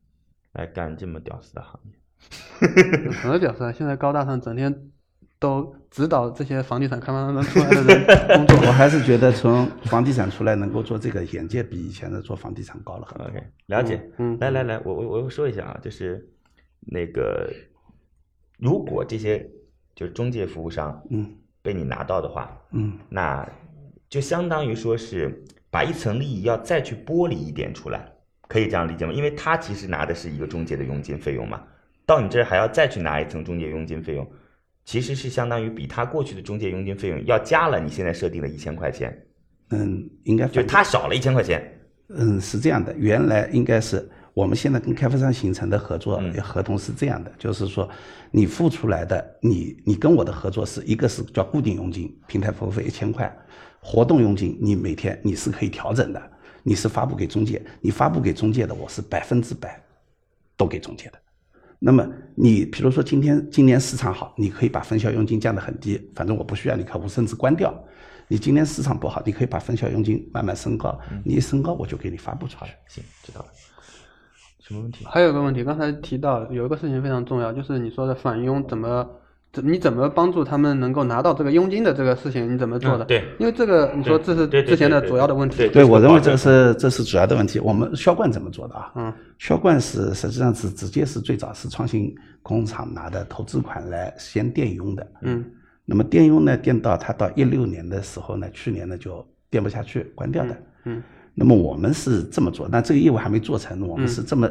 Speaker 2: 来干这么屌丝的行业。
Speaker 3: 很多屌丝啊，现在高大上整天都指导这些房地产开发商出来 的人工作。
Speaker 5: 我还是觉得从房地产出来能够做这个眼界比以前的做房地产高了很多。
Speaker 2: OK，了解。
Speaker 3: 嗯嗯
Speaker 2: 来来来，我我我又说一下啊，就是那个，如果这些就是中介服务商，
Speaker 5: 嗯，
Speaker 2: 被你拿到的话，
Speaker 5: 嗯，
Speaker 2: 那就相当于说是把一层利益要再去剥离一点出来，可以这样理解吗？因为他其实拿的是一个中介的佣金费用嘛，到你这儿还要再去拿一层中介佣金费用，其实是相当于比他过去的中介佣金费用要加了你现在设定的一千块钱，
Speaker 5: 嗯，应该
Speaker 2: 就
Speaker 5: 反
Speaker 2: 他少了一千块钱。
Speaker 5: 嗯，是这样的，原来应该是我们现在跟开发商形成的合作
Speaker 2: 嗯
Speaker 5: 合同是这样的，就是说你付出来的，你你跟我的合作是一个是叫固定佣金，平台服务费一千块，活动佣金你每天你是可以调整的，你是发布给中介，你发布给中介的，我是百分之百都给中介的。那么你比如说今天今年市场好，你可以把分销佣金降得很低，反正我不需要你客户，甚至关掉。你今年市场不好，你可以把分销佣金慢慢升高，
Speaker 2: 嗯
Speaker 5: 你一升高我就给你发布出去。
Speaker 2: 行，知道了。什么问题？
Speaker 3: 还有一个问题，刚才提到有一个事情非常重要，就是你说的返佣怎么怎你怎么帮助他们能够拿到这个佣金的这个事情，你怎么做的？
Speaker 2: 嗯对
Speaker 3: 因为这个你说这是
Speaker 2: 对对对
Speaker 3: 之前的
Speaker 2: 对对
Speaker 3: 主要的问题。
Speaker 2: 对
Speaker 5: 对，
Speaker 2: 这是
Speaker 5: 我
Speaker 2: 个
Speaker 5: 认为
Speaker 2: 保证
Speaker 5: 这是这是主要的问题。我们销冠怎么做的啊？
Speaker 3: 嗯，
Speaker 5: 销冠是实际上是直接是最早是创新工厂拿的投资款来先垫佣的。
Speaker 3: 嗯，
Speaker 5: 那么电佣呢，电到它到一六年的时候呢，去年呢就电不下去，关掉的。
Speaker 3: 嗯嗯
Speaker 5: 那么我们是这么做，但这个业务还没做成，
Speaker 2: 嗯
Speaker 5: 我们是这么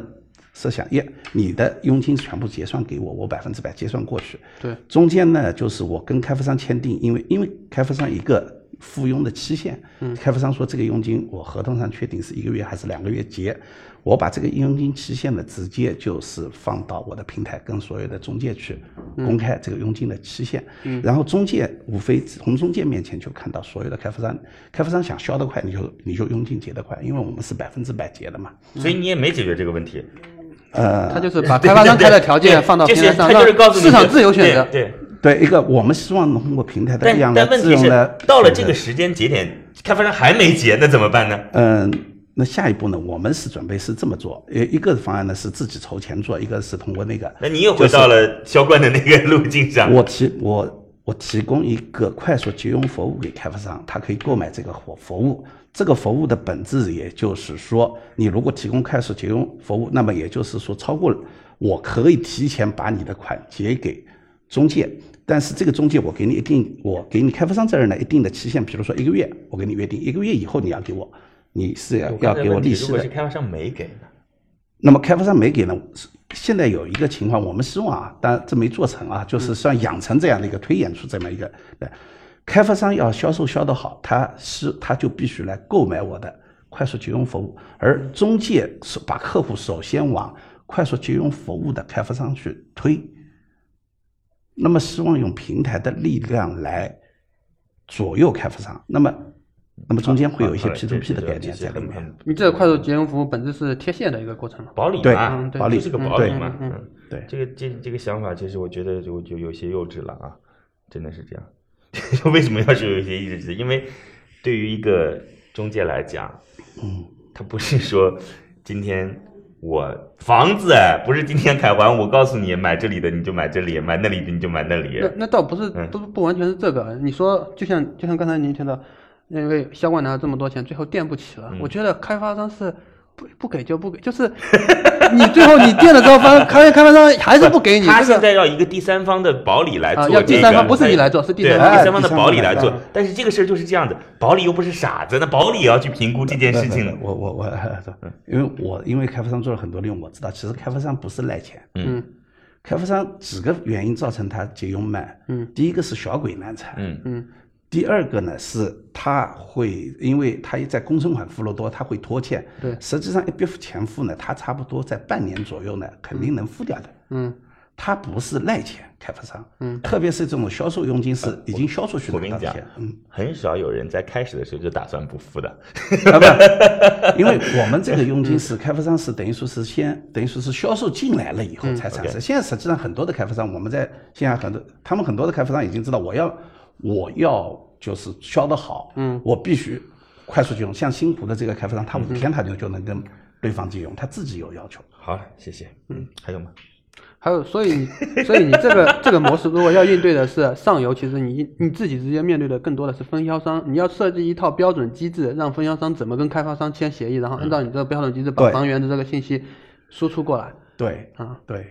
Speaker 5: 设想：耶，你的佣金全部结算给我，我百分之百结算过去。
Speaker 3: 对，
Speaker 2: 啊
Speaker 5: 中间呢，就是我跟开发商签订，因为因为开发商一个附庸的期限，
Speaker 2: 嗯
Speaker 5: 开发商说这个佣金我合同上确定是一个月还是两个月结，我把这个佣金期限呢直接就是放到我的平台跟所有的中介去
Speaker 2: 嗯
Speaker 5: 公开这个佣金的期限，然后中介无非从中介面前就看到所有的开发商，开发商想销得快，你就你就佣金结得快，因为我们是百分之百结的嘛，呃
Speaker 2: 所以你也没解决这个问题。
Speaker 3: 他就是把开发商开的条件放到
Speaker 2: 对
Speaker 3: 平
Speaker 2: 就是
Speaker 3: 台上，
Speaker 2: 他就是告
Speaker 3: 让
Speaker 2: 诉你
Speaker 3: 市场自由选择。
Speaker 2: 对对，
Speaker 5: 对一个我们希望通过平台的
Speaker 2: 但
Speaker 5: 力量来
Speaker 2: 但问
Speaker 5: 自
Speaker 2: 题
Speaker 5: 用
Speaker 2: 是
Speaker 5: 的，
Speaker 2: 到了这个时间节点，开发商还没结，那怎么办呢？
Speaker 5: 嗯，那下一步呢？我们是准备是这么做，呃，一个方案呢是自己筹钱做，一个是通过那个。
Speaker 2: 那你又回到了销冠的那个路径上。
Speaker 5: 我提我我提供一个快速节用服务给开发商，他可以购买这个服服务。这个服务的本质也就是说，你如果提供快速节用服务，那么也就是说，超过我可以提前把你的款结给中介，但是这个中介我给你一定，我给你开发商这儿呢一定的期限，比如说一个月，我给你约定一个月以后你要给我，你是要
Speaker 2: 我刚
Speaker 5: 要
Speaker 2: 才
Speaker 5: 给我
Speaker 2: 问你
Speaker 5: 利息
Speaker 2: 如果
Speaker 5: 的
Speaker 2: 是。开发商没给呢？
Speaker 5: 那么开发商没给呢？现在有一个情况，我们希望啊，但这没做成
Speaker 2: 嗯
Speaker 5: 啊，就是像养成这样的一个推演出这么一个，对，开发商要销售销得好，他是他就必须来购买我的快速节用服务，而中介是把客户首先往快速节用服务的开发商去推，那么希望用平台的力量来左右开发商，那么那么中间会有一些
Speaker 2: 好好
Speaker 5: P to P
Speaker 2: 这
Speaker 5: 的
Speaker 2: 这
Speaker 5: 概
Speaker 2: 这
Speaker 5: 念
Speaker 2: 是
Speaker 5: 在里
Speaker 2: 很
Speaker 5: 面。
Speaker 2: 很
Speaker 3: 你这个快速节用服务本质是贴现的一个过程嘛？
Speaker 2: 保理
Speaker 5: 对
Speaker 2: 嘛，
Speaker 3: 对
Speaker 5: 保理
Speaker 2: 就是个保理嘛。
Speaker 3: 嗯嗯
Speaker 2: 嗯，
Speaker 5: 对
Speaker 2: 这个这这个想法，其实我觉得就就有些幼稚了啊，真的是这样。 为什么要是有一些幼稚？因为对于一个中介来讲，他不是说今天我房子哎不是今天开完，我告诉你买这里的你就买这里，买那里的你就买那里。
Speaker 3: 那那倒不是
Speaker 2: 嗯
Speaker 3: 不不完全是这个，你说就像就像刚才您听到，因为销
Speaker 2: 嗯
Speaker 3: 冠拿了这么多钱，最后垫不起了，我觉得开发商是不不给就不给，就是你最后你垫了之后，发现开开发商还是不给你，
Speaker 2: 他
Speaker 3: 这
Speaker 2: 现
Speaker 3: 个
Speaker 2: 在要一个第三方的保理来做
Speaker 3: 啊
Speaker 2: 这个，
Speaker 3: 要第三方不是你来做是第
Speaker 2: 对
Speaker 3: 三嗯
Speaker 5: 方
Speaker 2: 第三方的
Speaker 5: 哎
Speaker 2: 保理来
Speaker 5: 第
Speaker 2: 做
Speaker 5: 三方。
Speaker 2: 但是这个事儿就是这样子，保理又不是傻子，那保理也要去评估这件事情的。
Speaker 5: 我我我，
Speaker 3: 嗯
Speaker 5: 因为我因为开发商做了很多利用，我知道其实开发商不是赖钱，
Speaker 2: 嗯
Speaker 5: 开发商几个原因造成他节约慢，
Speaker 3: 嗯，
Speaker 5: 第一个是小鬼难缠，
Speaker 2: 嗯
Speaker 3: 嗯
Speaker 5: 第二个呢是他会，因为他在工程款付了多，他会拖欠，
Speaker 3: 对
Speaker 5: 实际上一笔钱付呢，他差不多在半年左右呢，肯定能付掉的，
Speaker 3: 嗯
Speaker 5: 他不是赖钱，开发商，
Speaker 3: 嗯
Speaker 5: 特别是这种销售佣金是已经销出去
Speaker 2: 我跟
Speaker 5: 拿
Speaker 2: 你
Speaker 5: 到
Speaker 2: 讲
Speaker 5: 的钱，嗯，
Speaker 2: 很少有人在开始的时候就打算不付的。
Speaker 5: 啊不，因为我们这个佣金是开发商是等于说是先等于说是销售进来了以后才产生。现在实际上很多的开发商，我们在线下很多，他们很多的开发商已经知道我要我要就是销得好，嗯，我必须快速就用。像新湖的这个开发商，他五天他就就能跟对方借用，他自己有要求。
Speaker 2: 好，谢谢。嗯，还有吗？
Speaker 3: 还有，所以你，所以你这个这个模式，如果要应对的是上游，其实你你自己直接面对的更多的是分销商，你要设计一套标准机制，让分销商怎么跟开发商签协议，然
Speaker 2: 嗯
Speaker 3: 后按照你这个标准机制把
Speaker 5: 对
Speaker 3: 房源的这个信息输出过来
Speaker 5: 对，
Speaker 3: 啊。
Speaker 5: 对，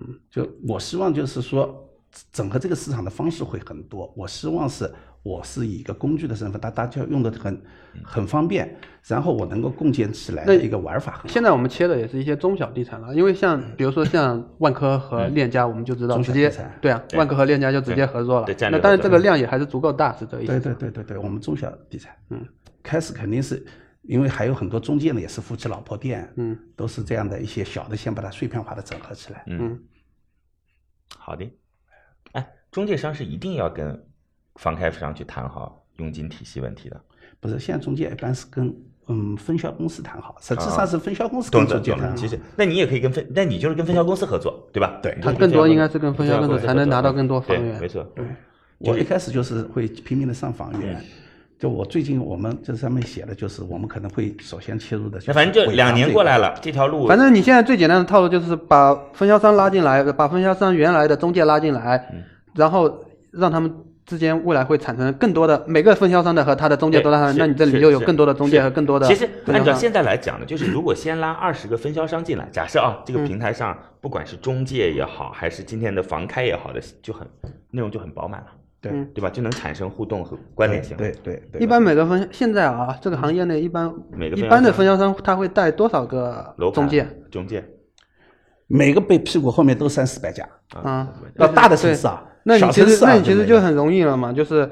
Speaker 5: 嗯，就我希望就是说，整个这个市场的方式会很多。我希望是我是以一个工具的身份，大大家用的很很方便，然后我能够共建起来的一个玩法很好。
Speaker 3: 现在我们切的也是一些中小地产了，因为像
Speaker 2: 嗯
Speaker 3: 比如说像万科和链家，我们就知道
Speaker 5: 中
Speaker 3: 直
Speaker 5: 小
Speaker 3: 接
Speaker 5: 地产
Speaker 3: 对啊，
Speaker 2: 对
Speaker 3: 万科和链家就直接合作了
Speaker 2: 对对。战略
Speaker 3: 那当然
Speaker 2: 合
Speaker 3: 这
Speaker 2: 作
Speaker 3: 个量也还是足够大，是这个意思。
Speaker 5: 对对对对对，我们中小地产，
Speaker 3: 嗯，
Speaker 5: 开始肯定是因为还有很多中介呢，也是夫妻老婆店，
Speaker 3: 嗯，
Speaker 5: 都是这样的一些小的，先把它碎片化的整合起来。
Speaker 3: 嗯，
Speaker 2: 好的。哎，中介商是一定要跟房开发商去谈好佣金体系问题的。
Speaker 5: 不是，现在中介一般是跟嗯分销公司谈好，实际
Speaker 2: 啊
Speaker 5: 上是分销公司
Speaker 2: 懂
Speaker 5: 跟
Speaker 2: 的，
Speaker 5: 中介
Speaker 2: 懂
Speaker 5: 谈
Speaker 2: 的。
Speaker 5: 好。
Speaker 2: 其实，那你也可以跟分，那你就是跟分销公司合作，对吧？
Speaker 5: 对
Speaker 2: 你
Speaker 3: 它
Speaker 2: 跟
Speaker 3: 更多
Speaker 2: 分销公司
Speaker 3: 应该是跟分销公司
Speaker 2: 合作
Speaker 3: 才能拿到更多
Speaker 2: 对
Speaker 3: 房源
Speaker 2: 没错，对，嗯
Speaker 5: 我一开始就是会拼命的上房源，就我最近我们这上面写的就是我们可能会首先切入的是
Speaker 2: 那
Speaker 5: 尾盘这
Speaker 2: 反
Speaker 5: 一块，
Speaker 2: 正就两年过来了，这条路
Speaker 3: 反正你现在最简单的套路就是把分销商拉进来，把分销商原来的中介拉进来，
Speaker 2: 嗯
Speaker 3: 然后让他们之间未来会产生更多的每个分销商的和他的中介
Speaker 2: 对
Speaker 3: 都拉上，
Speaker 2: 是
Speaker 3: 那你这里
Speaker 2: 是
Speaker 3: 就有
Speaker 2: 是
Speaker 3: 更多的中介
Speaker 2: 是
Speaker 3: 和更多的
Speaker 2: 其实
Speaker 3: 分
Speaker 2: 按
Speaker 3: 销
Speaker 2: 照
Speaker 3: 商
Speaker 2: 现在来讲呢， 就是如果先拉二十个分销商进来，假设啊，这个平台上不管是中介也好，还是今天的房开也好的，就很内容就很饱满了，
Speaker 5: 对
Speaker 3: 嗯
Speaker 2: 对吧？就能产生互动和关联性。
Speaker 5: 对对对，
Speaker 3: 一般每个分现在啊，这个行业内一般
Speaker 2: 每个
Speaker 3: 一
Speaker 2: 分销
Speaker 3: 般的
Speaker 2: 商
Speaker 3: 分销商他会带多少个
Speaker 2: 楼盘啊
Speaker 3: 中介？
Speaker 2: 中介
Speaker 5: 每个背屁股后面都三四百家，
Speaker 3: 啊
Speaker 5: 到大的城市啊，
Speaker 3: 那你
Speaker 5: 小
Speaker 3: 其
Speaker 5: 城
Speaker 3: 实
Speaker 5: 市啊
Speaker 3: 那你其实
Speaker 5: 就
Speaker 3: 就
Speaker 5: 没有
Speaker 3: 很容易了嘛，就是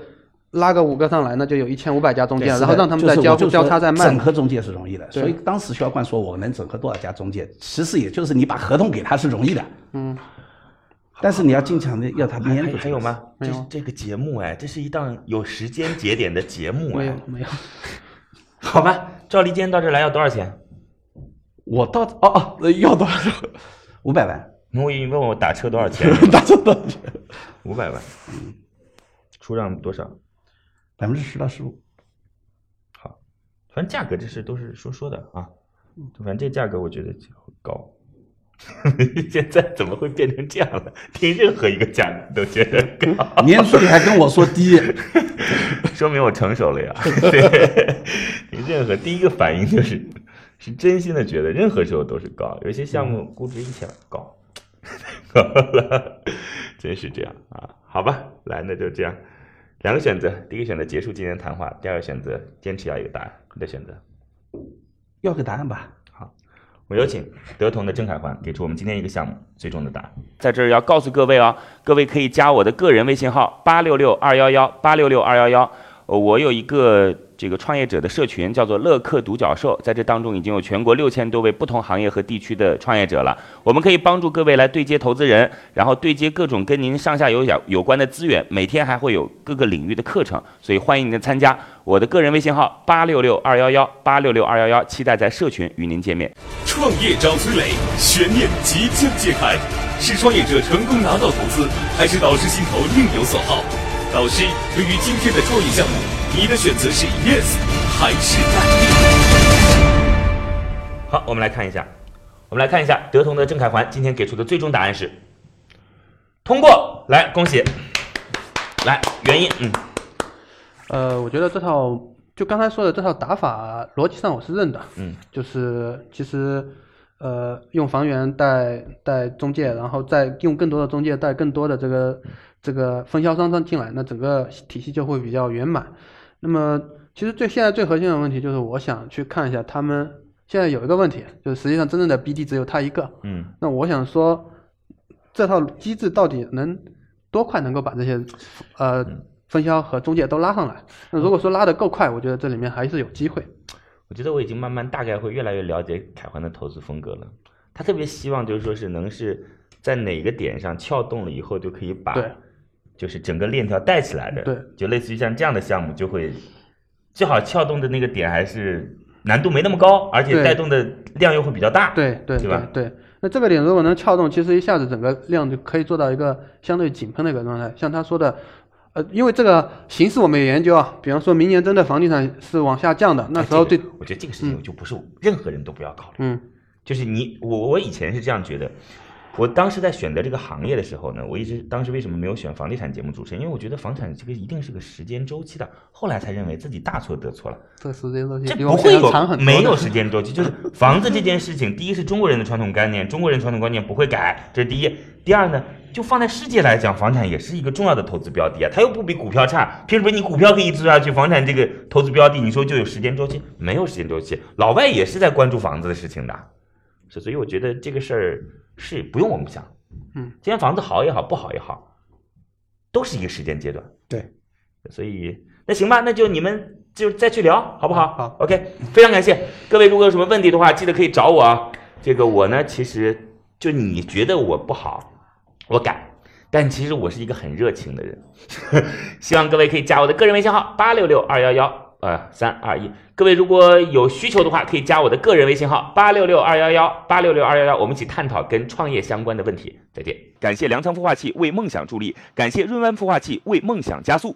Speaker 3: 拉个五个上来，那就有一千五百家中介，
Speaker 5: 是的
Speaker 3: 然后让他们再
Speaker 5: 就是
Speaker 3: 交
Speaker 5: 我就
Speaker 3: 交
Speaker 5: 说
Speaker 3: 叉再卖
Speaker 5: 整
Speaker 3: 嘛。
Speaker 5: 合中介是容易的，
Speaker 3: 对
Speaker 5: 所以当时销冠说我能整合多少家中介，其实也就是你把合同给他是容易的，
Speaker 3: 嗯，
Speaker 5: 但是你要经常的要他
Speaker 2: 还
Speaker 5: 面
Speaker 2: 还
Speaker 5: 对。
Speaker 2: 还有？吗？
Speaker 3: 没
Speaker 2: 这
Speaker 3: 有
Speaker 2: 是这个节目哎，这是一档有时间节点的节目
Speaker 3: 没有
Speaker 2: 哎。
Speaker 3: 没有，
Speaker 2: 好吧，赵丽今天到这儿来要多少钱？
Speaker 5: 我到哦哦，呃要多少？五 百万，
Speaker 2: 我以为问我打车多少钱？
Speaker 5: 打折多少钱？
Speaker 2: 五百万，出让多少？
Speaker 5: 百分之十到十五。
Speaker 2: 反正价格这事都是说说的啊，反正这价格我觉得高。 现在怎么会变成这样了？听任何一个价格都觉得高，
Speaker 5: 年初你还跟我说低，
Speaker 2: 说明我成熟了呀。对，任何第一个反应就是是真心的觉得任何时候都是高，有些项目估值一千万高，高了，真是这样啊。好吧，来那就这样，两个选择，第一个选择结束今天谈话，第二个选择坚持要一个答案，你的选择。
Speaker 5: 要个答案吧。
Speaker 2: 我有请德同的郑凯环给出我们今天一个项目最终的答案。在这儿要告诉各位啊，各位可以加我的个人微信号八六六二幺幺八六六二幺幺。呃我有一个这个创业者的社群，叫做乐客独角兽，在这当中已经有全国六千多位不同行业和地区的创业者了。我们可以帮助各位来对接投资人，然后对接各种跟您上下游有有关的资源。每天还会有各个领域的课程，所以欢迎您的参加。我的个人微信号八六六二幺幺八六六二幺幺，期待在社群与您见面。
Speaker 1: 创业找崔磊，悬念即将揭开，是创业者成功拿到投资，还是导师心头另有所好？导师，对于今天的创业项目，你的选择是 yes 还是 no？
Speaker 2: 好，我们来看一下，我们来看一下德同的郑凯环今天给出的最终答案是通过，来恭喜，来原因，嗯，
Speaker 3: 呃，我觉得这套就刚才说的这套打法逻辑上我是认的，
Speaker 2: 嗯，
Speaker 3: 就是其实呃，用房源带带中介，然后再用更多的中介带更多的这个这个分销商上进来，那整个体系就会比较圆满。那么其实最现在最核心的问题就是，我想去看一下他们现在有一个问题，就是实际上真正的 BD 只有他一个。
Speaker 2: 嗯，
Speaker 3: 那我想说，这套机制到底能多快能够把这些呃
Speaker 2: 嗯
Speaker 3: 分销和中介都拉上来？那如果说拉得够快，我觉得这里面还是有机会。
Speaker 2: 我觉得我已经慢慢大概会越来越了解凯欢的投资风格了。他特别希望就是说是能是在哪个点上撬动了以后，就可以把
Speaker 3: 对
Speaker 2: 就是整个链条带起来的，
Speaker 3: 对，
Speaker 2: 就类似于像这样的项目，就会最好撬动的那个点还是难度没那么高，而且
Speaker 3: 对
Speaker 2: 带动的量又会比较大，，
Speaker 3: 对对
Speaker 2: 对吧
Speaker 3: 对。那这个点如果能撬动，其实一下子整个量就可以做到一个相对井喷的一个状态。像他说的，呃，因为这个形势我们也研究啊，比方说明年真的房地产是往下降的，那时候对，
Speaker 2: 我哎觉得这个事情就不是任何人都不要考虑，
Speaker 3: 嗯
Speaker 2: 就是你我我以前是这样觉得，我当时在选择这个行业的时候呢，我一直当时为什么没有选房地产节目主持人？因为我觉得房产这个一定是个时间周期的，后来才认为自己大错特错了，
Speaker 3: 这个时间周期
Speaker 2: 这
Speaker 3: 比
Speaker 2: 不
Speaker 3: 我们
Speaker 2: 会
Speaker 3: 想象长
Speaker 2: 有
Speaker 3: 很多。
Speaker 2: 没有时间周期，就是房子这件事情，第一是中国人的传统概念，中国人传统观念不会改，这是第一。第二呢，就放在世界来讲，房产也是一个重要的投资标的啊，它又不比股票差，凭什么你股票可以一直做下去，房产这个投资标的，你说就有时间周期？没有时间周期，老外也是在关注房子的事情的，是，所以我觉得这个事儿是不用我们想，
Speaker 3: 嗯，
Speaker 2: 今天房子好也好，不好也好，都是一个时间阶段。
Speaker 5: 对，
Speaker 2: 所以那行吧，那就你们就再去聊，好不好？
Speaker 3: 好
Speaker 2: ，OK，非常感谢各位，如果有什么问题的话，记得可以找我啊。这个我呢，其实就你觉得我不好，我改。但其实我是一个很热情的人， 希望各位可以加我的个人微信号八六六二幺幺呃三二一。各位如果有需求的话，可以加我的个人微信号八六六二幺幺八六六二幺幺，我们一起探讨跟创业相关的问题。再见，感谢粮仓孵化器为梦想助力，感谢润湾孵化器为梦想加速。